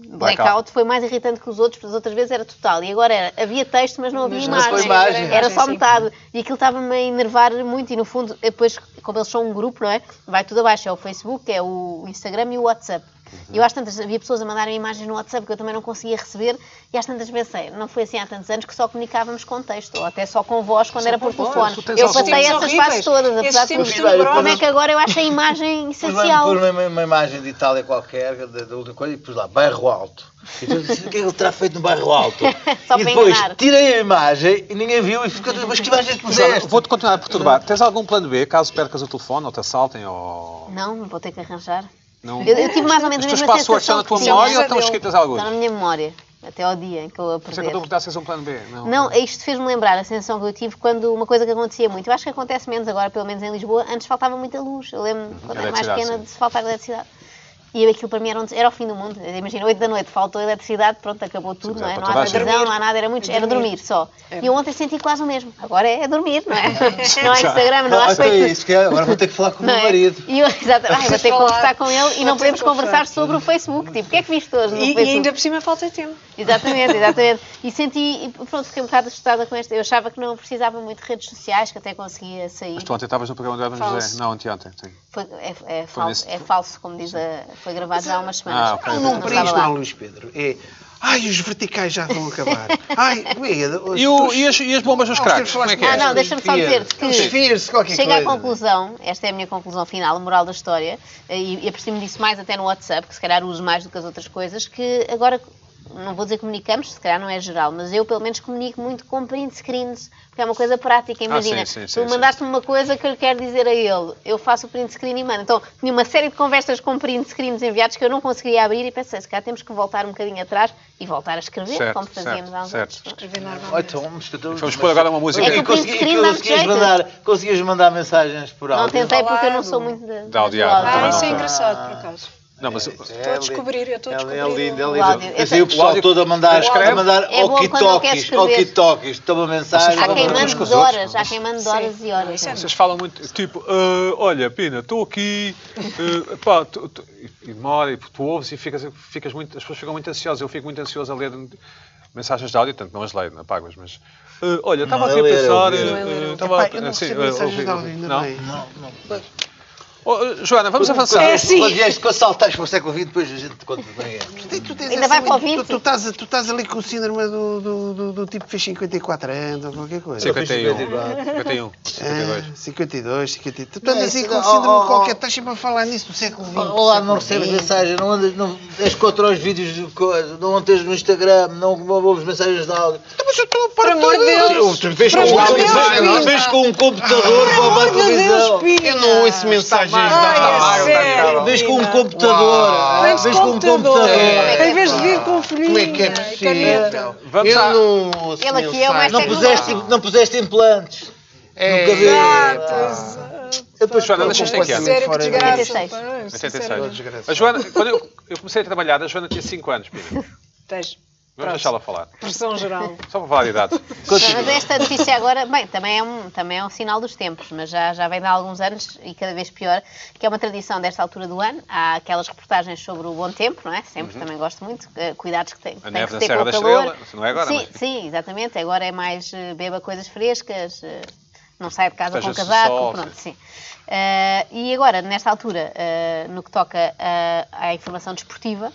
Speaker 2: blackout foi mais irritante que os outros, porque as outras vezes era total. E agora era, havia texto, mas não havia
Speaker 4: Mas
Speaker 7: não foi
Speaker 2: imagem.
Speaker 7: imagem.
Speaker 2: Era só
Speaker 4: Sim.
Speaker 2: metade. E aquilo estava-me a enervar muito. E no fundo, depois, como eles são um grupo, não é? Vai tudo abaixo. É o Facebook, é o Instagram e o WhatsApp. E eu às tantas havia pessoas a mandarem imagens no WhatsApp que eu também não conseguia receber. E às tantas pensei, não foi assim há tantos anos que só comunicávamos com texto, ou até só com voz quando era por
Speaker 4: com voz.
Speaker 2: telefone.
Speaker 4: Tu
Speaker 1: tens
Speaker 2: Eu
Speaker 1: algum-
Speaker 2: passei essas
Speaker 4: Horríveis.
Speaker 2: fases todas,
Speaker 4: Esses
Speaker 2: apesar de
Speaker 4: tempos
Speaker 2: tudo.
Speaker 7: tenebrosos.
Speaker 2: Como é que agora eu acho
Speaker 1: [laughs]
Speaker 2: a imagem
Speaker 7: Pus
Speaker 2: essencial?
Speaker 7: pus uma, uma imagem de Itália qualquer, da, da outra coisa, e pus lá, bairro alto. E tu disse, o que é que ele terá feito no bairro alto?
Speaker 2: [laughs] Só
Speaker 7: e
Speaker 2: para
Speaker 7: depois
Speaker 2: enganar.
Speaker 7: tirei a imagem e ninguém viu e ficou, mas que imagem é que puseste?
Speaker 1: Vou-te continuar a perturbar. Tens algum plano B, caso percas o telefone ou te assaltem ou...
Speaker 2: Não, vou ter que arranjar.
Speaker 1: Não.
Speaker 2: Eu, eu tive mais ou menos
Speaker 1: As
Speaker 2: a
Speaker 1: tuas
Speaker 2: mesma
Speaker 1: passwords estão
Speaker 2: sensação
Speaker 1: na tua
Speaker 2: que
Speaker 4: tinha.
Speaker 1: memória ou
Speaker 4: Graças a
Speaker 1: estão
Speaker 4: Deus.
Speaker 1: escritas alguns?
Speaker 2: Está na
Speaker 1: Por
Speaker 2: minha memória, até ao dia em que eu
Speaker 1: isso
Speaker 2: a
Speaker 1: é que eu
Speaker 2: perder.
Speaker 1: estou a perguntar se és um plano B. Não.
Speaker 2: Não, é- isto fez-me lembrar a sensação que eu tive quando uma coisa que acontecia muito. Eu acho que acontece menos agora, pelo menos em Lisboa. Antes faltava muita luz. Eu lembro quando era mais
Speaker 1: Uhum. Eletricidade,
Speaker 2: pequena
Speaker 1: sim.
Speaker 2: de se faltar eletricidade. E aquilo para mim era, um des- era o fim do mundo. Imagina, 8 da noite, faltou eletricidade, pronto, acabou tudo,
Speaker 1: Sim,
Speaker 2: não é?
Speaker 1: para
Speaker 2: Não
Speaker 1: toda
Speaker 2: há
Speaker 1: a gente.
Speaker 2: televisão, não há nada, era muito. Era dormir só. E eu ontem senti quase o mesmo. Agora é dormir,
Speaker 1: [laughs]
Speaker 2: não é? Não há Instagram, não há
Speaker 7: então é
Speaker 2: Facebook.
Speaker 7: isso, que é, agora vou ter que falar com o meu
Speaker 2: é?
Speaker 7: marido.
Speaker 2: E eu, exato, ai, vou ter que
Speaker 4: Falar.
Speaker 2: conversar com ele e
Speaker 4: Vou
Speaker 2: não
Speaker 4: ter
Speaker 2: podemos
Speaker 4: que conversar.
Speaker 2: conversar sobre o Facebook. Tipo, o que é que viste hoje no
Speaker 4: [laughs] E, e
Speaker 2: Facebook?
Speaker 4: ainda por cima falta tempo.
Speaker 2: Exatamente, exatamente. E senti, e pronto, fiquei um bocado assustada com esta. Eu achava que não precisava muito de redes sociais, que até conseguia sair.
Speaker 1: Mas tu ontem estavas no programa do Evan José.
Speaker 4: Falso.
Speaker 1: Não, anteontem. Sim.
Speaker 2: Foi, é, é, falso,
Speaker 1: nesse-
Speaker 2: é falso, como diz a. Foi gravado já há umas semanas.
Speaker 1: Ah, ok.
Speaker 3: Há um
Speaker 1: Não
Speaker 3: nome
Speaker 2: estava
Speaker 3: para isto,
Speaker 2: lá.
Speaker 3: não, Luís Pedro. É. Ai, os verticais já vão
Speaker 2: [laughs]
Speaker 3: acabar. Ai, ué,
Speaker 1: E, o- e as, e as bombas dos
Speaker 3: Nós
Speaker 1: craques?
Speaker 3: temos
Speaker 1: Como é que
Speaker 2: Ah,
Speaker 1: é?
Speaker 2: não, deixa-me só dizer que
Speaker 3: Os Fears, qualquer
Speaker 2: chego à
Speaker 1: né?
Speaker 3: coisa.
Speaker 2: conclusão, esta é a minha conclusão final, a moral da história, eh, e, e apercebo-me disso mais até no WhatsApp, que se calhar uso mais do que as outras coisas, que agora, não vou dizer comunicamos, se calhar não é geral, mas eu pelo menos comunico muito com print screens, porque é uma coisa prática, imagina,
Speaker 1: Ah, sim, sim, sim,
Speaker 2: tu mandaste-me uma coisa que eu quero dizer a ele, eu faço o print screen e mando. Então, tinha uma série de conversas com print screens enviados que eu não conseguia abrir e pensei, se calhar temos que voltar um bocadinho atrás e voltar a escrever,
Speaker 1: Certo,
Speaker 2: como fazíamos há uns
Speaker 1: certo,
Speaker 2: anos.
Speaker 1: certo.
Speaker 4: Escrever
Speaker 7: Olha,
Speaker 4: normalmente.
Speaker 7: então, mas tu- tu-
Speaker 1: Vamos pôr agora uma música.
Speaker 2: É que o print
Speaker 7: Consegui-
Speaker 2: screen dá-me
Speaker 7: conseguias
Speaker 2: jeito.
Speaker 7: mandar, conseguias mandar mensagens por
Speaker 2: Não
Speaker 7: áudio.
Speaker 2: tentei porque eu não
Speaker 4: Falado.
Speaker 2: sou muito da,
Speaker 1: Da audio,
Speaker 2: do áudio.
Speaker 1: também
Speaker 4: Ah, isso é
Speaker 1: não.
Speaker 4: engraçado, por acaso.
Speaker 1: Não, mas
Speaker 4: Estou a descobrir, eu estou a
Speaker 7: É
Speaker 4: descobrir.
Speaker 7: lindo, é
Speaker 4: o-
Speaker 7: lindo.
Speaker 2: áudio.
Speaker 7: Eu sei o pessoal
Speaker 1: áudio-
Speaker 7: todo a mandar,
Speaker 1: escreve.
Speaker 7: a mandar
Speaker 2: É bom quando não quer
Speaker 7: walkie-talkies,
Speaker 2: escrever.
Speaker 7: walkie-talkies, toma uma mensagem.
Speaker 2: Há quem
Speaker 1: Agora, uns
Speaker 2: mande
Speaker 1: com os
Speaker 2: de horas,
Speaker 1: outros,
Speaker 2: há quem mande de horas e horas.
Speaker 4: Isso é
Speaker 1: vocês falam muito, tipo, "Ah, olha, Pina, estou aqui, ah, pá, tu, tu- e, e demora, e tu ouves e ficas, ficas muito, as pessoas ficam muito ansiosas, eu fico muito ansioso a ler mensagens de áudio, tanto não as leio, não apago-as, mas, "Ah, olha, estava
Speaker 7: é
Speaker 1: aqui a
Speaker 7: ler, é
Speaker 1: pensar,
Speaker 7: ouvir.
Speaker 1: ah,
Speaker 4: Não é ler, é
Speaker 1: ah,
Speaker 4: ouvir.
Speaker 1: estava
Speaker 3: Epá, eu não
Speaker 1: assim,
Speaker 3: recebo
Speaker 1: ah,
Speaker 3: mensagens
Speaker 2: tá
Speaker 1: ouvi-
Speaker 3: de áudio, ainda é?
Speaker 1: não?
Speaker 3: bem.
Speaker 7: Não, não.
Speaker 1: Oh, ah, Joana, vamos
Speaker 3: um
Speaker 1: avançar.
Speaker 4: É assim.
Speaker 7: Quando vieste com assaltares para o século XX, depois a gente te conta bem.
Speaker 3: Tu tens- tu tens
Speaker 2: Ainda vai
Speaker 3: essa-
Speaker 2: para o 20?
Speaker 3: Tu, tu, estás, tu estás ali com o síndrome do, do, do, do tipo que fez 54 anos ou qualquer coisa.
Speaker 1: 51,
Speaker 7: 54.
Speaker 1: 51,
Speaker 3: Ah,
Speaker 1: 52.
Speaker 3: 52, 53. Tu
Speaker 7: Não,
Speaker 3: estás
Speaker 7: isso
Speaker 3: assim com
Speaker 7: não-
Speaker 3: o síndrome
Speaker 7: oh, oh,
Speaker 3: qualquer,
Speaker 7: oh.
Speaker 3: estás sempre a falar nisso é do século XX.
Speaker 7: Olá, não recebes mensagem, não andas, não és contra os vídeos de coisa, não andas no Instagram, não ouves mensagens de áudio.
Speaker 3: Mas eu estou para amor
Speaker 7: Tu vês com,
Speaker 4: amor de
Speaker 7: um,
Speaker 4: Deus,
Speaker 7: vês com um computador para uma
Speaker 4: Ai, meu Deus,
Speaker 7: televisão.
Speaker 4: Pina!
Speaker 3: Eu não ouço mensagens de
Speaker 4: Ai, é
Speaker 3: áudio.
Speaker 4: sério,
Speaker 7: Vês com um
Speaker 4: Pina.
Speaker 7: computador.
Speaker 4: Vens
Speaker 7: Vês com um computador.
Speaker 4: Em vez de
Speaker 7: oh,
Speaker 4: vir com
Speaker 3: É. Como
Speaker 4: folhinha.
Speaker 3: é que é
Speaker 4: e
Speaker 3: possível? Então,
Speaker 4: caneta.
Speaker 1: Vamos
Speaker 3: eu
Speaker 1: à-
Speaker 3: não ouço
Speaker 2: Ele aqui é o mais
Speaker 3: mensagens.
Speaker 7: Não puseste, não puseste implantes.
Speaker 3: É.
Speaker 7: Nunca vi.
Speaker 4: Exato, exato.
Speaker 7: Eu depois
Speaker 1: Joana, nasceste em que ano?
Speaker 4: Sério, que
Speaker 3: Fora de
Speaker 4: desgraça.
Speaker 2: 86.
Speaker 4: pá, não é?
Speaker 1: 86.
Speaker 3: desgraçado.
Speaker 1: A Joana, quando eu, eu comecei a trabalhar, a Joana tinha 5 anos, Pina. Vamos
Speaker 4: Tens
Speaker 1: deixá-la falar.
Speaker 4: pressão geral.
Speaker 1: Só para falar de idade.
Speaker 2: Mas esta notícia agora, bem, também é um, também é um sinal dos tempos, mas já, já vem de há alguns anos e cada vez pior, que é uma tradição desta altura do ano. Há aquelas reportagens sobre o bom tempo, não é? Sempre também gosto muito. eh, Cuidados que tem,
Speaker 1: Uhum. A
Speaker 2: tem
Speaker 1: neve
Speaker 2: que
Speaker 1: da
Speaker 2: ter
Speaker 1: Serra
Speaker 2: com o
Speaker 1: da
Speaker 2: calor.
Speaker 1: Estrela, se não é agora,
Speaker 2: Sim,
Speaker 1: mas-
Speaker 2: sim, exatamente. Agora é mais eh, beba coisas frescas, eh, não sai de casa com
Speaker 1: Proteja-se do
Speaker 2: casaco,
Speaker 1: sol,
Speaker 2: pronto,
Speaker 1: sim.
Speaker 2: sim. Eh, e agora, nesta altura, eh, no que toca eh, à informação desportiva,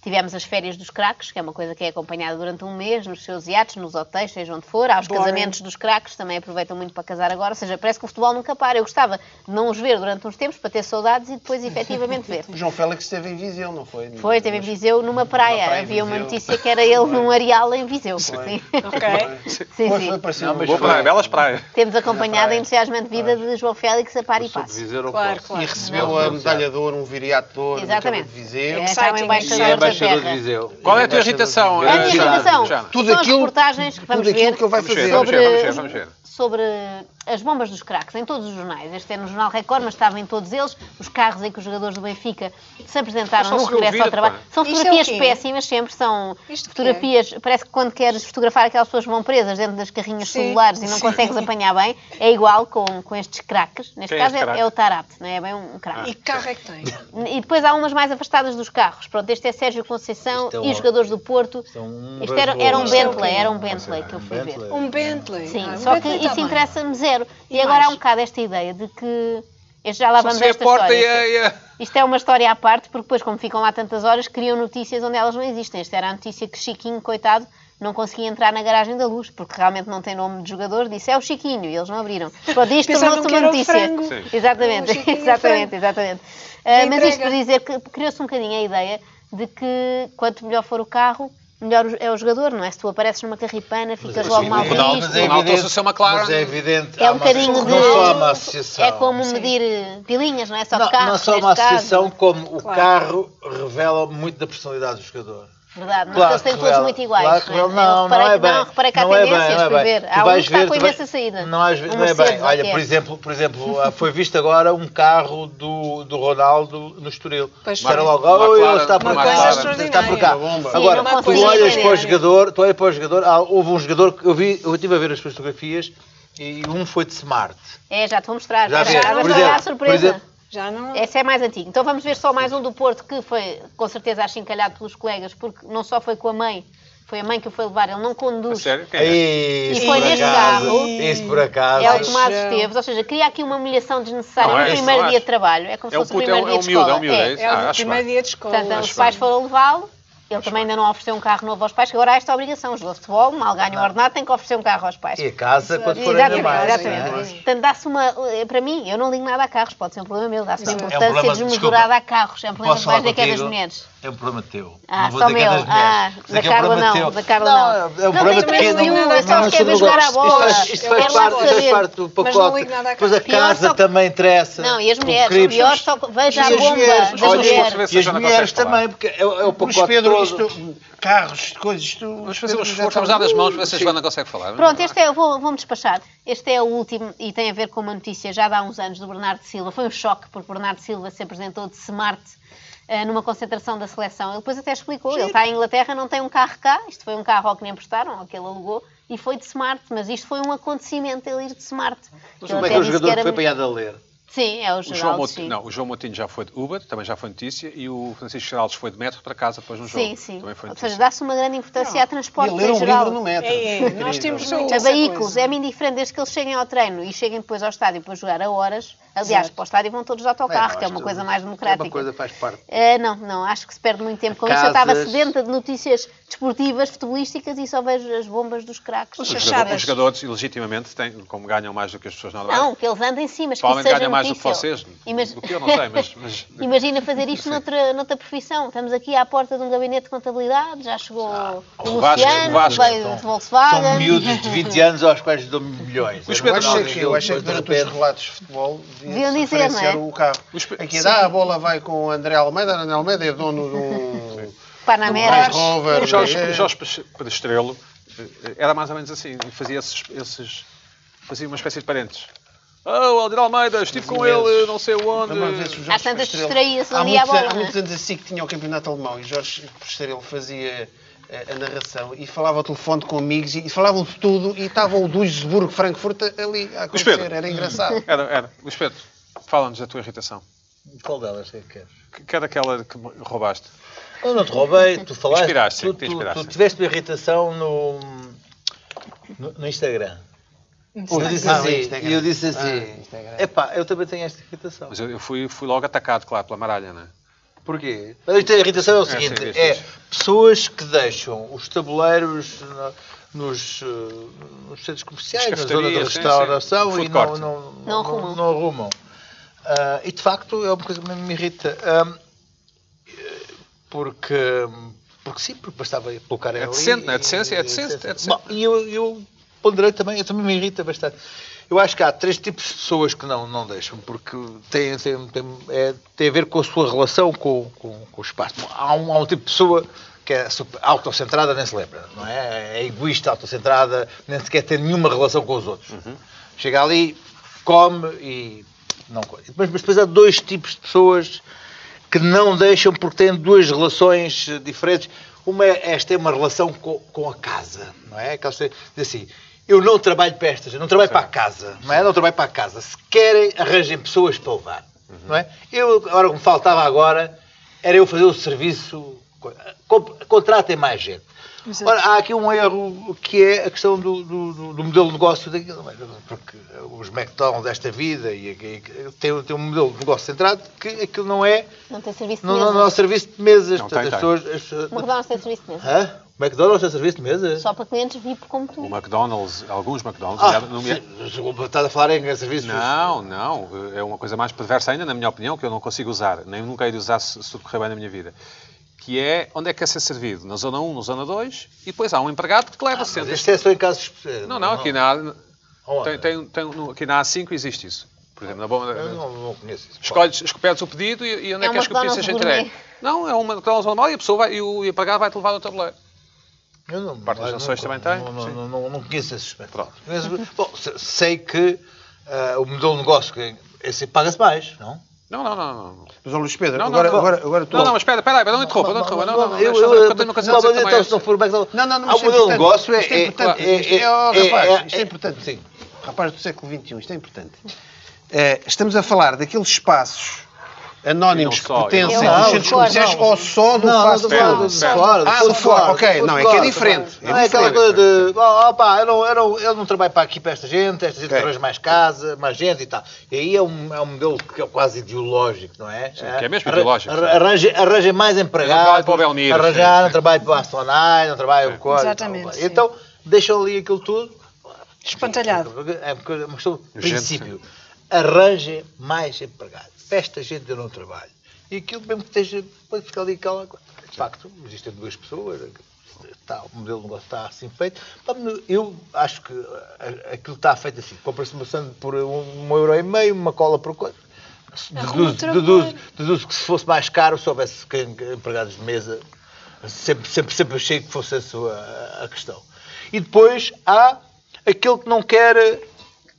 Speaker 2: tivemos as férias dos craques, que é uma coisa que é acompanhada durante um mês nos seus iates, nos hotéis, seja onde for. Há os
Speaker 4: Boring.
Speaker 2: casamentos dos craques, também aproveitam muito para casar agora. Ou seja, parece que o futebol nunca para. Eu gostava de não os ver durante uns tempos para ter saudades e depois efetivamente ver.
Speaker 3: O João Félix esteve em Viseu, não foi?
Speaker 2: Foi, teve em Viseu numa praia.
Speaker 3: praia em
Speaker 2: Havia uma
Speaker 3: Viseu.
Speaker 2: notícia que era ele num areal em Viseu. Sim, [laughs]
Speaker 4: Ok.
Speaker 2: sim.
Speaker 3: Pois
Speaker 2: sim.
Speaker 3: foi, apareceu um
Speaker 1: Boa praia, belas praias.
Speaker 2: Temos acompanhado a entusiasmante vida de João Félix a par e passo.
Speaker 4: Claro, claro.
Speaker 3: E recebeu a medalha de ouro, um viriato de ouro,
Speaker 2: Exatamente.
Speaker 3: de Viseu.
Speaker 2: É, está o
Speaker 4: Exciting.
Speaker 7: E é
Speaker 2: embaixador da
Speaker 7: embaixador de
Speaker 2: terra.
Speaker 7: Viseu.
Speaker 1: Qual é a tua irritação?
Speaker 2: A minha
Speaker 1: eh, Joana?
Speaker 2: irritação
Speaker 1: Joana?
Speaker 3: Tudo
Speaker 2: são as
Speaker 3: aquilo-
Speaker 2: reportagens que vamos
Speaker 3: tudo aquilo
Speaker 2: ver
Speaker 3: que ele vai
Speaker 1: Vamos ver, vamos
Speaker 2: sobre,
Speaker 3: fazer.
Speaker 1: ver, vamos ver, vamos ver.
Speaker 2: sobre as bombas dos craques em todos os jornais. Este é no Jornal Record, mas estava em todos eles. Os carros em que os jogadores do Benfica se apresentaram
Speaker 1: Só
Speaker 2: no
Speaker 1: se
Speaker 2: regresso
Speaker 1: ouvir,
Speaker 2: ao trabalho.
Speaker 1: pá.
Speaker 2: São
Speaker 4: Isto é o
Speaker 2: fotografias
Speaker 4: quê?
Speaker 2: péssimas, sempre são
Speaker 4: Isto o quê?
Speaker 2: fotografias. Parece que quando queres fotografar aquelas pessoas que vão presas dentro das carrinhas
Speaker 4: Sim.
Speaker 2: celulares e não consegues apanhar bem, é igual com, com estes craques. Neste
Speaker 1: Quem é
Speaker 2: caso
Speaker 1: esse
Speaker 2: é,
Speaker 1: craque? Ah.
Speaker 2: é o Tarap, não é? É bem um craque.
Speaker 4: E que carro é que tem?
Speaker 2: E depois há umas mais afastadas dos carros. Pronto, este é Sérgio Conceição
Speaker 7: Este é
Speaker 2: e
Speaker 7: um-
Speaker 2: os jogadores do Porto.
Speaker 7: é um
Speaker 2: Este era,
Speaker 7: Rolls
Speaker 2: era um
Speaker 7: Royce.
Speaker 2: Bentley, era um Bentley que eu fui ver.
Speaker 7: Bentley.
Speaker 4: Um Bentley.
Speaker 2: Sim,
Speaker 4: Ah, um
Speaker 2: só que
Speaker 4: Bentley
Speaker 2: isso
Speaker 4: também.
Speaker 2: interessa-me zero. E,
Speaker 4: E
Speaker 2: agora
Speaker 4: mais?
Speaker 2: há um bocado esta ideia de que. este Já lá
Speaker 1: Só
Speaker 2: vamos
Speaker 1: se vê
Speaker 2: a
Speaker 1: a
Speaker 2: esta
Speaker 1: porta
Speaker 2: história.
Speaker 1: e a- e a-
Speaker 2: Isto é uma história à parte, porque depois, como ficam lá tantas horas, criam notícias onde elas não existem. Esta era a notícia que Chiquinho, coitado, não conseguia entrar na garagem da luz, porque realmente não tem nome de jogador, disse é o Chiquinho, e eles não abriram. Pronto, isto
Speaker 4: Pensavam
Speaker 2: tornou-se
Speaker 4: que
Speaker 2: uma
Speaker 4: era o
Speaker 2: notícia.
Speaker 4: frango.
Speaker 1: Sim.
Speaker 4: O
Speaker 2: Exatamente,
Speaker 4: Chiquinho e
Speaker 2: [laughs]
Speaker 4: o
Speaker 2: exatamente,
Speaker 4: frango.
Speaker 2: exatamente. Ah, mas isto
Speaker 4: entrega.
Speaker 2: para dizer que criou-se um bocadinho a ideia de que quanto melhor for o carro, melhor é o jogador, não é? Se tu apareces numa carripana, ficas logo
Speaker 7: assim,
Speaker 2: mal
Speaker 1: o Ronaldo-
Speaker 2: visto.
Speaker 1: mas é Ronaldo trouxe o seu McLaren.
Speaker 7: Mas é evidente.
Speaker 2: É
Speaker 7: há
Speaker 2: um
Speaker 7: uma
Speaker 2: bocadinho
Speaker 7: associação.
Speaker 2: de-
Speaker 7: Não só há uma associação.
Speaker 2: É como medir eh, pilinhas, não é? Só
Speaker 7: não,
Speaker 2: de carro.
Speaker 7: não só uma
Speaker 2: neste caso.
Speaker 7: associação, como o
Speaker 4: Claro.
Speaker 7: carro revela muito da personalidade do jogador.
Speaker 2: verdade, mas
Speaker 7: Claro
Speaker 2: eles têm
Speaker 7: que
Speaker 2: todos
Speaker 7: ela-
Speaker 2: muito iguais.
Speaker 7: claro que
Speaker 2: não, é?
Speaker 7: ela- não,
Speaker 2: Eu reparei
Speaker 7: não é
Speaker 2: que-
Speaker 7: bem.
Speaker 2: Não, reparei que há
Speaker 7: Não é bem,
Speaker 2: tendências,
Speaker 7: não é
Speaker 2: fui
Speaker 7: bem.
Speaker 2: ver.
Speaker 7: Tu
Speaker 2: Há um que
Speaker 7: vais
Speaker 2: está
Speaker 7: ver,
Speaker 2: com
Speaker 7: tu
Speaker 2: imensa
Speaker 7: vais-
Speaker 2: saída.
Speaker 7: Não, às vezes,
Speaker 2: Um
Speaker 7: não é
Speaker 2: Mercedes,
Speaker 7: bem. Olha,
Speaker 2: ok.
Speaker 7: por exemplo, por exemplo ah, foi visto agora um carro do, do Ronaldo no Estoril.
Speaker 4: Pois
Speaker 7: Disseram
Speaker 4: foi.
Speaker 7: logo,
Speaker 1: Uma
Speaker 7: oh,
Speaker 1: clara-
Speaker 7: ele está por
Speaker 1: uma
Speaker 7: cá,
Speaker 1: clara
Speaker 7: ele está por cá.
Speaker 4: extraordinária. Uma
Speaker 3: bomba.
Speaker 7: Agora,
Speaker 2: Sim, não
Speaker 7: tu
Speaker 2: consigo
Speaker 7: olhas
Speaker 2: entender.
Speaker 7: para o jogador, tu olhas para o jogador, há- houve um jogador que eu vi, eu estive a ver as suas fotografias e um foi de Smart.
Speaker 2: É, já te vou mostrar.
Speaker 7: Já
Speaker 2: Já,
Speaker 7: vi.
Speaker 2: já,
Speaker 4: Por
Speaker 2: mas
Speaker 4: exemplo,
Speaker 2: olha a
Speaker 7: por exemplo.
Speaker 2: surpresa.
Speaker 4: Já não.
Speaker 2: Esse é mais antigo. Então vamos ver só mais um do Porto que foi com certeza achincalhado pelos colegas, porque não só foi com a mãe, foi a mãe que o foi levar, ele não
Speaker 1: A
Speaker 2: conduz.
Speaker 1: sério? Quem é?
Speaker 7: E
Speaker 2: E foi neste carro.
Speaker 7: Isso por acaso.
Speaker 2: É o
Speaker 4: Mas,
Speaker 2: Tomás
Speaker 4: eh,
Speaker 2: Esteves, ou seja, cria aqui uma humilhação desnecessária
Speaker 1: Não, é
Speaker 2: no
Speaker 1: isso,
Speaker 2: primeiro
Speaker 1: não
Speaker 2: dia
Speaker 1: acho.
Speaker 2: de trabalho. É como
Speaker 1: É
Speaker 2: se
Speaker 1: um
Speaker 2: fosse o
Speaker 1: puto,
Speaker 2: primeiro
Speaker 1: é um-
Speaker 2: dia
Speaker 1: é um
Speaker 2: de
Speaker 1: miúdo, é
Speaker 2: escola.
Speaker 1: um miúdo, é isso.
Speaker 4: É o
Speaker 1: Ah,
Speaker 4: meu
Speaker 1: acho
Speaker 4: primeiro
Speaker 1: bem.
Speaker 4: dia de escola.
Speaker 2: Portanto, os pais foram levá-lo, ele também ainda não ofereceu um carro novo aos pais, que agora há esta obrigação. Os de futebol, mal ganham o ordenado, têm que oferecer um carro aos pais.
Speaker 7: E a casa quando for ainda
Speaker 2: Exatamente,
Speaker 7: mais.
Speaker 2: exatamente.
Speaker 7: não é?
Speaker 2: Portanto, dá-se uma. eh, Para mim, eu não ligo nada a carros, pode ser um problema meu, dá-se uma
Speaker 4: É um
Speaker 2: importância
Speaker 7: problema-
Speaker 2: desmesurada
Speaker 7: desculpa.
Speaker 2: a carros. É um problema
Speaker 7: Posso
Speaker 2: que mais
Speaker 7: falar
Speaker 2: dizer que é das
Speaker 7: contigo?
Speaker 2: mulheres.
Speaker 7: É um problema teu.
Speaker 2: Ah,
Speaker 7: não vou
Speaker 2: só
Speaker 7: dizer que é
Speaker 2: meu.
Speaker 7: das mulheres.
Speaker 2: Ah,
Speaker 7: Isso
Speaker 2: da
Speaker 7: aqui é um
Speaker 2: Carla
Speaker 7: problema
Speaker 2: não,
Speaker 7: teu.
Speaker 2: da Carla não.
Speaker 7: É um
Speaker 2: Não,
Speaker 7: problema
Speaker 4: também não
Speaker 7: pequeno.
Speaker 4: ligo nada a
Speaker 7: Não,
Speaker 4: carros,
Speaker 2: quer ver
Speaker 7: não
Speaker 2: jogar à
Speaker 7: gosto. Isto
Speaker 2: bola.
Speaker 7: faz, isto
Speaker 2: Eu
Speaker 7: faz
Speaker 2: quero lá
Speaker 7: parte, isto faz
Speaker 2: saber.
Speaker 7: parte do
Speaker 4: Mas não
Speaker 7: pacote.
Speaker 4: ligo nada a
Speaker 7: Depois a
Speaker 2: Pior
Speaker 7: casa
Speaker 2: só-
Speaker 7: também interessa.
Speaker 2: Não, e as
Speaker 7: O
Speaker 2: mulheres, o
Speaker 7: crime.
Speaker 2: pior só veja a
Speaker 7: E as
Speaker 2: bomba
Speaker 7: mulheres,
Speaker 2: das
Speaker 7: olha,
Speaker 2: mulheres.
Speaker 7: E as mulheres também, porque é, é o
Speaker 3: Mas
Speaker 7: pacote
Speaker 3: Pedro,
Speaker 7: todo.
Speaker 3: isto, carros, coisas, isto...
Speaker 1: Vamos fazer um
Speaker 3: Pedro já tá
Speaker 1: esforço,
Speaker 3: está-
Speaker 1: vamos dar as mãos, ver se a Joana consegue falar.
Speaker 2: Pronto, este é, vou- vou-me despachar. Este é o último e tem a ver com uma notícia já de há uns anos do Bernardo Silva. Foi um choque porque Bernardo Silva se apresentou de smart eh, numa concentração da seleção. Ele depois até explicou, ele está em Inglaterra, não tem um carro cá, isto foi um carro ao que lhe emprestaram, ao que ele alugou, e foi de smart, mas isto foi um acontecimento, ele ir de smart.
Speaker 7: Mas
Speaker 2: Ele
Speaker 7: como é
Speaker 2: até
Speaker 7: que é o
Speaker 2: disse
Speaker 7: jogador que foi
Speaker 2: era-
Speaker 7: apanhado a ler?
Speaker 2: Sim, é o
Speaker 1: O João,
Speaker 2: Geraldo,
Speaker 1: Moutinho,
Speaker 2: sim.
Speaker 1: não, o João Moutinho já foi de Uber, também já foi notícia, e o Francisco Geraldes foi de metro para casa depois no jogo.
Speaker 2: Sim, sim.
Speaker 1: Também foi
Speaker 2: Ou
Speaker 1: notícia.
Speaker 2: seja, dá-se uma grande importância a transporte
Speaker 3: E ler
Speaker 2: em
Speaker 3: um
Speaker 2: geral.
Speaker 3: livro no metro.
Speaker 4: É, é, nós temos muito
Speaker 2: a
Speaker 4: essa
Speaker 2: veículos, é
Speaker 4: coisa.
Speaker 2: é-me indiferente desde que eles cheguem ao treino e cheguem depois ao estádio para jogar a horas. Aliás, para o estádio vão todos de autocarro, que é uma coisa mais democrática.
Speaker 7: É uma coisa que faz parte.
Speaker 2: Eh, não, não, acho que se perde muito tempo com isso. Eu estava
Speaker 7: Casas.
Speaker 2: sedenta de notícias desportivas, futebolísticas e só vejo as bombas dos craques.
Speaker 1: Os,
Speaker 4: chachadas.
Speaker 1: jogadores, os jogadores, legitimamente, têm, como ganham mais do que as pessoas normais,
Speaker 2: Não, que eles andem sim, mas que isso
Speaker 1: provavelmente
Speaker 2: seja
Speaker 1: ganham mais do que
Speaker 2: notícia.
Speaker 1: vocês,
Speaker 2: Imag-
Speaker 1: do que eu, não é? sei, mas... mas-
Speaker 2: [laughs] Imagina fazer isto noutra, noutra profissão. Estamos aqui à porta de um gabinete de contabilidade, já chegou o
Speaker 1: Ah, o Vasco,
Speaker 2: Luciano,
Speaker 1: o Vasco,
Speaker 2: veio
Speaker 7: São-
Speaker 2: de Volkswagen.
Speaker 7: São miúdos de 20 anos aos quais dão milhões.
Speaker 1: Mas
Speaker 7: Eu
Speaker 3: Eu
Speaker 1: Pedro,
Speaker 3: achei
Speaker 7: não gosto
Speaker 3: que, eu
Speaker 7: daquilo,
Speaker 3: achei que
Speaker 7: mas de
Speaker 3: durante os
Speaker 7: repente-
Speaker 3: relatos de futebol
Speaker 2: Deviam
Speaker 3: devia-se
Speaker 2: dizer,
Speaker 3: referenciar
Speaker 2: não é?
Speaker 3: o carro.
Speaker 1: Os pe-
Speaker 3: Aqui dá, a bola vai com o André Almeida. André Almeida é dono de um...
Speaker 2: Panamera.
Speaker 3: Range Rover.
Speaker 1: O Jorge,
Speaker 3: é-
Speaker 1: o Jorge Pedestrelo eh, era mais ou menos assim, fazia esses, esses- fazia uma espécie de parentes. Ah, o Aldir Almeida, estive com ele, não sei onde.
Speaker 3: Lembra-me às vezes os Jorge
Speaker 2: Às tantas
Speaker 3: Estrela.
Speaker 2: distraía-se
Speaker 3: Há
Speaker 2: ali à
Speaker 3: muitos
Speaker 2: bola,
Speaker 3: an- Há
Speaker 2: não é?
Speaker 3: muitos anos assim que tinha o campeonato alemão e Jorge Estrela fazia eh, a narração e falava ao telefone com amigos e e falavam de tudo e estavam o Duisburg, Frankfurt ali a
Speaker 1: Luís Pedro.
Speaker 3: acontecer.
Speaker 1: [laughs]
Speaker 3: Era engraçado.
Speaker 1: Era, era. Luís Pedro, fala-nos da tua irritação.
Speaker 7: Qual delas é que queres?
Speaker 1: Que, que era aquela que me roubaste.
Speaker 7: Eu não te roubei, tu falaste.
Speaker 1: Inspiraste,
Speaker 7: tu,
Speaker 1: te
Speaker 7: tu,
Speaker 1: inspiraste.
Speaker 7: tu tiveste uma irritação no, no, no Instagram. Eu disse
Speaker 3: Ah, no
Speaker 7: assim,
Speaker 3: Instagram.
Speaker 7: e eu disse
Speaker 3: Ah, no
Speaker 7: assim,
Speaker 3: Instagram.
Speaker 7: epá, eu também tenho esta irritação.
Speaker 1: Mas eu, eu fui, fui logo atacado, claro, pela maralha, não é?
Speaker 7: Porquê? Mas isto é a irritação é o
Speaker 1: sim,
Speaker 7: seguinte,
Speaker 1: diz,
Speaker 7: é
Speaker 1: diz.
Speaker 7: pessoas que deixam os tabuleiros na- nos, eh, nos centros comerciais,
Speaker 1: Nas
Speaker 7: na zona de
Speaker 1: cafetarias, sim, sim.
Speaker 7: restauração
Speaker 1: Food
Speaker 7: e não,
Speaker 1: court.
Speaker 7: não,
Speaker 2: Não arrumam.
Speaker 7: não arrumam. Ah, e de facto é uma coisa que me irrita. Ahm, eh, porque, porque sim, porque bastava colocar
Speaker 1: É
Speaker 7: ali
Speaker 1: decente, não é?
Speaker 7: e-
Speaker 1: Decência, é decente, é decente.
Speaker 7: Bom, e eu, eu ponderei também, eu também me irrita bastante. Eu acho que há três tipos de pessoas que não, não deixam, porque têm, têm, têm, é, tem a ver com a sua relação com, com, com o espaço. Bom, Há um, há um tipo de pessoa que é super autocentrada, nem se lembra, não é? É egoísta, autocentrada, nem sequer tem nenhuma relação com os outros.
Speaker 1: Uhum.
Speaker 7: Chega ali, come e não coisa. Mas, mas depois há dois tipos de pessoas que não deixam porque têm duas relações eh, diferentes. Uma é esta é uma relação co- com, a casa, não é? Aquela coisa de assim, eu não trabalho para estas, eu não trabalho para a casa, não é? Não trabalho para a casa. Se querem, arranjem pessoas para levar, não é? Eu, agora o que me faltava agora era eu fazer o serviço, co- comp- contratem mais gente.
Speaker 4: Exato.
Speaker 7: Ora, há aqui um erro que é a questão do, do- do- do modelo de negócio daquilo, não é? porque os McDonald's desta vida e, e, tem, tem um modelo de negócio centrado que aquilo não é
Speaker 2: Não tem serviço de
Speaker 7: não, não,
Speaker 2: mesa.
Speaker 7: não há serviço de mesas.
Speaker 1: Não,
Speaker 7: portanto,
Speaker 1: tem,
Speaker 7: as
Speaker 1: tem.
Speaker 7: pessoas. As pessoas...
Speaker 2: McDonald's tem serviço de mesa.
Speaker 7: Hã? é O McDonald's tem serviço de mesas?
Speaker 2: Só para clientes VIP como tu.
Speaker 1: O McDonald's, alguns McDonald's,
Speaker 7: Ah,
Speaker 1: aliás, não me-
Speaker 7: sim, desculpa, estás a falar em serviço.
Speaker 1: Não, não. É uma coisa mais perversa ainda, na minha opinião, que eu não consigo usar. Nem nunca hei de usar se, se tudo correr bem na minha vida. Que é onde é que é ser servido? Na zona 1, na zona 2, e depois há um empregado que te leva,
Speaker 7: Ah,
Speaker 1: senta.
Speaker 7: mas isto é só em casos especiais.
Speaker 1: Não, não, aqui na,
Speaker 7: Aonde?
Speaker 1: tem, tem, tem, no- aqui na A5 existe isso. Por exemplo, na bomba.
Speaker 7: Eu não, não conheço isso.
Speaker 1: Escolhes, escolhes o pedido e, e onde é,
Speaker 2: É um
Speaker 1: que és que o pedido
Speaker 2: McDonald's
Speaker 1: seja
Speaker 2: gourmet.
Speaker 1: entregue? Não, é uma declaração normal e a pessoa vai, e o e a pagar vai-te levar do tabuleiro.
Speaker 7: Eu não,
Speaker 1: Parte das
Speaker 7: não-
Speaker 1: Nações
Speaker 7: não-
Speaker 1: também tem,
Speaker 7: Não, não,
Speaker 1: sim.
Speaker 7: não, não, não conheço esses métodos.
Speaker 1: Pronto.
Speaker 7: Conheço- Bom, se- sei que ah, o modelo de negócio que esse paga-se mais, não?
Speaker 1: Não, não, não. não.
Speaker 3: Mas, ó, Luís Pedro,
Speaker 1: Não,
Speaker 3: agora,
Speaker 1: não,
Speaker 3: agora,
Speaker 1: não.
Speaker 3: agora tu.
Speaker 1: Não, não, mas espera, espera aí, não interrompa, não interrompa. Não, não, não,
Speaker 7: eu,
Speaker 1: deixa-
Speaker 7: eu,
Speaker 1: eu tenho uma coisa a
Speaker 7: não,
Speaker 1: dizer
Speaker 7: mas
Speaker 1: também.
Speaker 7: então,
Speaker 1: é assim.
Speaker 7: se não for o McDonald's.
Speaker 3: Não, não, não,
Speaker 7: há
Speaker 3: mas isto
Speaker 7: um
Speaker 3: é
Speaker 7: modelo de
Speaker 3: importante.
Speaker 7: negócio é.
Speaker 3: Isto é importante. Isto é- ó, rapaz, isto é importante.
Speaker 7: Sim.
Speaker 3: Rapaz do século XXI, isto é importante. Eh, estamos a falar daqueles espaços anónimos
Speaker 1: E não
Speaker 3: que
Speaker 1: só,
Speaker 3: pertencem
Speaker 2: e não
Speaker 3: aos
Speaker 2: só.
Speaker 3: centros
Speaker 2: Não,
Speaker 3: comerciais
Speaker 7: não.
Speaker 3: ou só do
Speaker 7: Não,
Speaker 3: fast
Speaker 7: não,
Speaker 1: espera,
Speaker 3: food?
Speaker 7: do
Speaker 1: espera.
Speaker 7: fora.
Speaker 3: Ah, do fora, ok, não, é que é diferente, é
Speaker 7: Não é aquela
Speaker 1: diferente.
Speaker 7: coisa de. ó, Opa, eu não, eu, não, eu não trabalho para aqui para esta gente, esta gente arranja mais casa, mais gente e tal. E aí é um, é um modelo que é quase ideológico, não é?
Speaker 1: Sim, que é mesmo
Speaker 7: Arra-
Speaker 1: ideológico,
Speaker 7: arra-
Speaker 1: sim.
Speaker 7: Arranja, arranja mais empregados.
Speaker 1: trabalho para o Belmiro,
Speaker 7: Arranjar,
Speaker 1: sim.
Speaker 7: não trabalho para o Astonai, não trabalho para o Código.
Speaker 4: Exatamente, sim.
Speaker 7: Então, deixam ali aquilo tudo.
Speaker 4: Espantalhado.
Speaker 7: É uma coisa- uma questão de
Speaker 1: Gente,
Speaker 7: princípio. Arranje mais empregado. Para esta gente eu não trabalho. E aquilo mesmo que esteja, pode ficar ali aquela coisa. De facto, existem duas pessoas. Está, o modelo de negócio está assim feito. Pá, mas Eu acho que ah, aquilo está feito assim. com aproximação por um, um euro e meio, uma cola por coisa. Deduzo,
Speaker 4: trabalho.
Speaker 7: deduzo, deduzo que se fosse mais caro, se houvesse que- empregados de mesa, sempre, sempre, sempre achei que fosse essa a, a questão. E depois há aquele que não quer eh,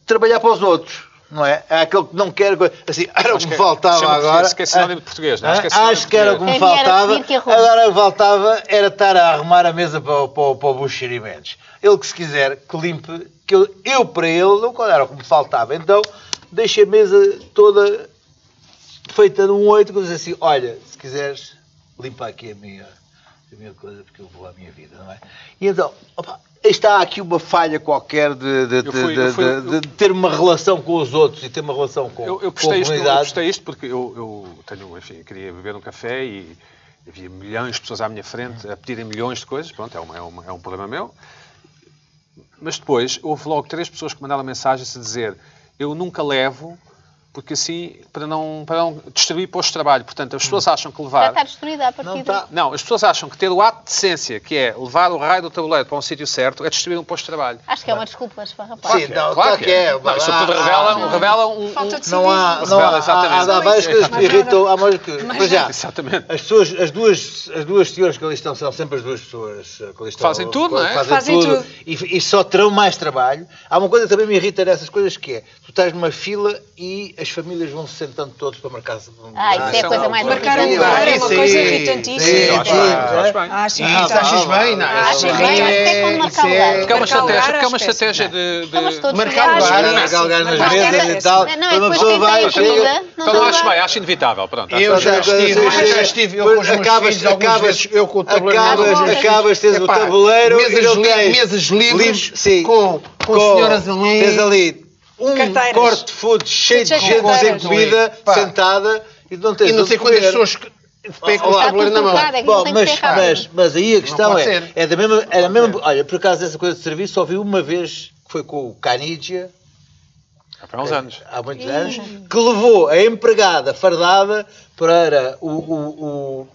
Speaker 7: trabalhar para os outros, não é? Há aquele que não quer. co- Assim, era
Speaker 1: Acho
Speaker 7: o que
Speaker 1: que
Speaker 7: me
Speaker 1: é-
Speaker 7: faltava
Speaker 1: chama-se-
Speaker 7: agora.
Speaker 1: acho que é sinónimo de português, não é?
Speaker 7: Ah,
Speaker 1: Acho que é sinónimo de
Speaker 7: Acho que era o que me
Speaker 2: português. Quem vier a
Speaker 7: faltava.
Speaker 2: seguir que arruma.
Speaker 7: Agora faltava era estar a arrumar a mesa para, o- para, o- para o Buxeri Mendes. Ele que se quiser que limpe, que eu, eu para ele não era o que me faltava. Então deixa a mesa toda feita num oito, que eu diz assim, olha, se quiseres, limpa aqui a minha, a minha coisa, porque eu vou à minha vida, não é? E então, opa, está aqui uma falha qualquer de, de-
Speaker 1: Eu
Speaker 7: de-
Speaker 1: fui-
Speaker 7: de-
Speaker 1: eu fui-
Speaker 7: de- de
Speaker 1: eu-
Speaker 7: ter uma relação com os outros e ter uma relação com,
Speaker 1: Eu, eu
Speaker 7: com a
Speaker 1: postei isto, eu
Speaker 7: comunidade.
Speaker 1: postei isto porque eu, eu tenho, enfim, eu queria beber um café e havia milhões de pessoas à minha frente a pedirem milhões de coisas. Pronto, é, uma- é uma- é um problema meu. Mas depois houve logo três pessoas que mandaram mensagens a dizer eu nunca levo porque assim, para não, para não destruir postos de trabalho. Portanto, as pessoas acham que
Speaker 2: Já
Speaker 1: levar...
Speaker 2: está destruída a partida.
Speaker 7: está.
Speaker 1: Não, as pessoas acham que ter o ato de decência, que é levar o raio do tabuleiro para um sítio certo, é destruir um posto de trabalho.
Speaker 2: Acho que é uma desculpa esfarrapada.
Speaker 7: Sim, não,
Speaker 1: claro
Speaker 7: claro que é.
Speaker 1: Não, isso tudo revela, revela um- um,
Speaker 4: Falta de
Speaker 7: Não há,
Speaker 4: civismo.
Speaker 7: não há,
Speaker 1: Rebela, exatamente.
Speaker 7: há, há várias
Speaker 1: Sim.
Speaker 7: coisas que me
Speaker 4: Mais nada.
Speaker 7: irritam. Há várias coisas.
Speaker 4: Mais
Speaker 7: Para já,
Speaker 1: [laughs]
Speaker 4: nada.
Speaker 1: Exatamente.
Speaker 7: as, pessoas, as, duas, as duas senhoras que ali estão são sempre as duas pessoas eh, que ali estão.
Speaker 1: Fazem tudo, não é?
Speaker 7: Fazem,
Speaker 4: Fazem
Speaker 7: tudo.
Speaker 4: tudo.
Speaker 7: E, e só terão mais trabalho. Há uma coisa que também me irrita nessas coisas que é, tu estás numa fila e as famílias vão se sentando todos para marcar.
Speaker 2: Ah, isso é a
Speaker 1: não,
Speaker 2: coisa
Speaker 1: não,
Speaker 2: mais Ah,
Speaker 1: marcar
Speaker 4: Marcar um
Speaker 2: irritante.
Speaker 4: lugar é uma
Speaker 3: Sim,
Speaker 4: coisa
Speaker 3: sim,
Speaker 1: Eu
Speaker 4: irritantíssima.
Speaker 1: acho bem, eu
Speaker 7: é?
Speaker 1: acho bem.
Speaker 4: Acho né?
Speaker 3: Ah,
Speaker 4: irritante.
Speaker 3: tá, achas bem? Não,
Speaker 4: Acho
Speaker 3: isso
Speaker 2: bem,
Speaker 3: aí
Speaker 2: mas até quando marcar
Speaker 3: isso é-
Speaker 2: lugar.
Speaker 1: Porque é uma
Speaker 4: Marcar lugar
Speaker 1: estratégia, porque é uma
Speaker 4: às peças,
Speaker 1: estratégia de... de-
Speaker 2: Vamos todos
Speaker 3: Marcar
Speaker 2: ligar.
Speaker 3: lugar,
Speaker 2: Acho
Speaker 7: marcar lugar nas
Speaker 2: Marcar
Speaker 7: mesas
Speaker 2: lugar.
Speaker 7: e tal.
Speaker 2: Não, é
Speaker 7: Quando a
Speaker 2: depois
Speaker 7: pessoa
Speaker 2: quem tem
Speaker 7: vai, chega-
Speaker 2: ajuda, é? não
Speaker 1: Então não
Speaker 2: dá
Speaker 1: acho
Speaker 2: lugar.
Speaker 1: bem, acho inevitável. Pronto,
Speaker 7: Tá,
Speaker 1: acho
Speaker 3: Eu
Speaker 1: bem.
Speaker 3: já estive, eu já estive, eu com os meus
Speaker 7: Acabas-
Speaker 3: filhos algumas
Speaker 7: acabas-
Speaker 3: vezes, eu com o tabuleiro.
Speaker 7: acabas-
Speaker 2: é?
Speaker 3: dos meus filhos.
Speaker 7: acabas, tens o
Speaker 3: Epá,
Speaker 7: tabuleiro e
Speaker 3: mesas,
Speaker 7: não
Speaker 3: li-
Speaker 7: tens-
Speaker 3: mesas livres
Speaker 7: livres, sim.
Speaker 3: com, com, senhoras ali.
Speaker 7: Tens ali um
Speaker 4: Carteiras.
Speaker 7: corte de food cheio de
Speaker 4: Cheio de
Speaker 7: gente sem
Speaker 4: carteiras.
Speaker 7: comida,
Speaker 3: Pá.
Speaker 7: sentada, e não tens
Speaker 3: E não
Speaker 7: onde
Speaker 3: sei quantas
Speaker 7: comer.
Speaker 3: pessoas que pegam com o
Speaker 7: Olá.
Speaker 3: tabuleiro na mão.
Speaker 2: Está tudo trocado, é que não
Speaker 7: Bom,
Speaker 2: tem que
Speaker 7: mas,
Speaker 2: ser rápido.
Speaker 7: mas, mas aí a questão
Speaker 3: pode
Speaker 7: é,
Speaker 3: ser.
Speaker 7: é da mesma, é da mesma, olha, por acaso essa coisa de serviço só vi uma vez, que foi com o Canidia,
Speaker 1: Há uns anos.
Speaker 7: há muitos anos, que levou a empregada fardada para o, o,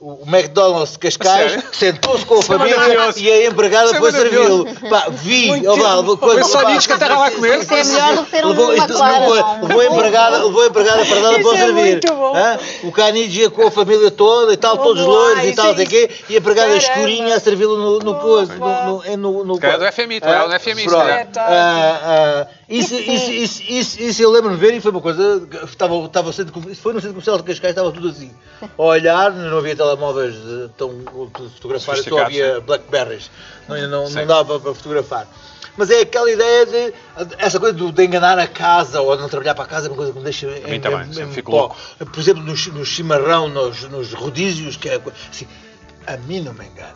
Speaker 7: o, o McDonald's de Cascais,
Speaker 1: Sério?
Speaker 7: sentou-se com a
Speaker 1: Isso é
Speaker 7: família
Speaker 1: maravilhoso.
Speaker 7: e a empregada
Speaker 1: Isso é
Speaker 7: foi servi-lo.
Speaker 1: maravilhoso.
Speaker 7: Pá, vi, ó, pá, quando-
Speaker 1: Foi só
Speaker 7: pá,
Speaker 1: nisso que até lá a comer.
Speaker 2: Isso é melhor do que ter um-
Speaker 7: Levou,
Speaker 2: uma
Speaker 7: isto-
Speaker 2: clara.
Speaker 7: levou,
Speaker 2: não.
Speaker 7: levou a empregada, levou a empregada para dar
Speaker 4: Isso
Speaker 7: para
Speaker 4: é
Speaker 7: servir.
Speaker 4: muito bom.
Speaker 7: Hã? O Canidia com a família toda e tal,
Speaker 4: Vamos
Speaker 7: todos
Speaker 4: lá,
Speaker 7: loiros e
Speaker 4: isso
Speaker 7: tal,
Speaker 4: é
Speaker 7: sei quê, e a empregada
Speaker 4: Caramba.
Speaker 7: escurinha a servi-lo no, no coisa,
Speaker 4: Opa.
Speaker 7: no, no, no, no-
Speaker 1: Se calhar do FMI, tu é do FMI, se
Speaker 7: Pronto.
Speaker 1: calhar.
Speaker 7: Ah, ah, isso,
Speaker 2: Isso
Speaker 7: isso,
Speaker 2: sim.
Speaker 7: isso, isso, isso eu lembro-me de ver e foi uma coisa. que Estava, estava o centro, comer- isso foi no centro comercial de Cascais, estava tudo assim. A olhar, não havia telemóveis de- tão de fotografar, só
Speaker 1: Sofisticados,
Speaker 7: havia
Speaker 1: sim.
Speaker 7: Blackberries. Não, não,
Speaker 1: Sim.
Speaker 7: não dava para fotografar. Mas é aquela ideia de. Essa coisa do- de, enganar a casa ou de não trabalhar para a casa é uma coisa que me deixa.
Speaker 1: mim
Speaker 7: em-
Speaker 1: também,
Speaker 7: em-
Speaker 1: sempre
Speaker 7: em
Speaker 1: fico
Speaker 7: pó.
Speaker 1: louco.
Speaker 7: Por exemplo, no, chi- no chimarrão, nos, nos rodízios, que é. co- Assim, a mim não me engano.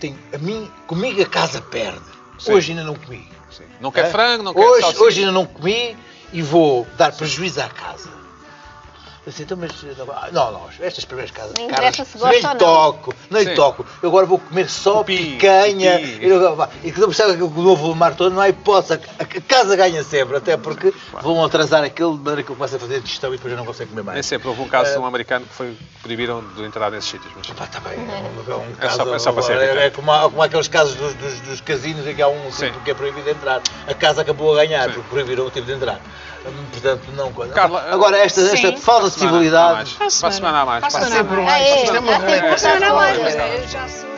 Speaker 7: Tem, a mim, comigo a casa perde.
Speaker 1: Sim.
Speaker 7: Hoje ainda não comi.
Speaker 1: Não quer
Speaker 7: É?
Speaker 1: frango, não quer
Speaker 7: hoje,
Speaker 1: salsicha.
Speaker 7: Hoje ainda não comi e vou dar prejuízo à casa. Eu disse, então, mas, não, não, estas primeiras casas
Speaker 2: Não
Speaker 7: de
Speaker 2: interessa
Speaker 7: carnes,
Speaker 2: se gosta
Speaker 7: nem
Speaker 2: ou não.
Speaker 7: toco, nem
Speaker 1: Sim.
Speaker 7: toco. Eu agora vou comer só
Speaker 1: Cupi,
Speaker 7: picanha.
Speaker 1: cupi.
Speaker 7: E eu- vá, E que não percebe que o novo mar todo não há hipótese. A, a casa ganha sempre, até porque vão atrasar aquele de maneira que eu começo a fazer digestão e depois eu não consigo comer mais.
Speaker 1: Nem sempre. Houve um caso de um americano que foi proibiram de entrar nesses sítios. Mas...
Speaker 7: Pá, tá bem, é um
Speaker 1: É só-
Speaker 7: caso-
Speaker 1: é só para ser
Speaker 7: é- é
Speaker 1: irritante.
Speaker 7: como, há- como aqueles casos dos, dos- dos casinos em que há um
Speaker 1: Sim.
Speaker 7: tipo que é proibido entrar. A casa acabou a ganhar
Speaker 1: Sim.
Speaker 7: porque proibiram o tipo de entrar. Hum, Portanto, não coisa.
Speaker 1: Carla,
Speaker 7: Agora, esta, esta
Speaker 4: Sim.
Speaker 7: falta de semana, há
Speaker 8: possibilidade.
Speaker 7: mais.
Speaker 4: Para a
Speaker 7: Para a semana há mais.
Speaker 4: Para a
Speaker 7: Para a
Speaker 4: semana há
Speaker 7: semana.
Speaker 2: Ah,
Speaker 4: mais.
Speaker 2: é,
Speaker 1: Isto é uma
Speaker 2: há tempo
Speaker 1: regra.
Speaker 2: para
Speaker 4: Mas
Speaker 2: estar
Speaker 4: não há mais,
Speaker 2: fora.
Speaker 4: mas já se...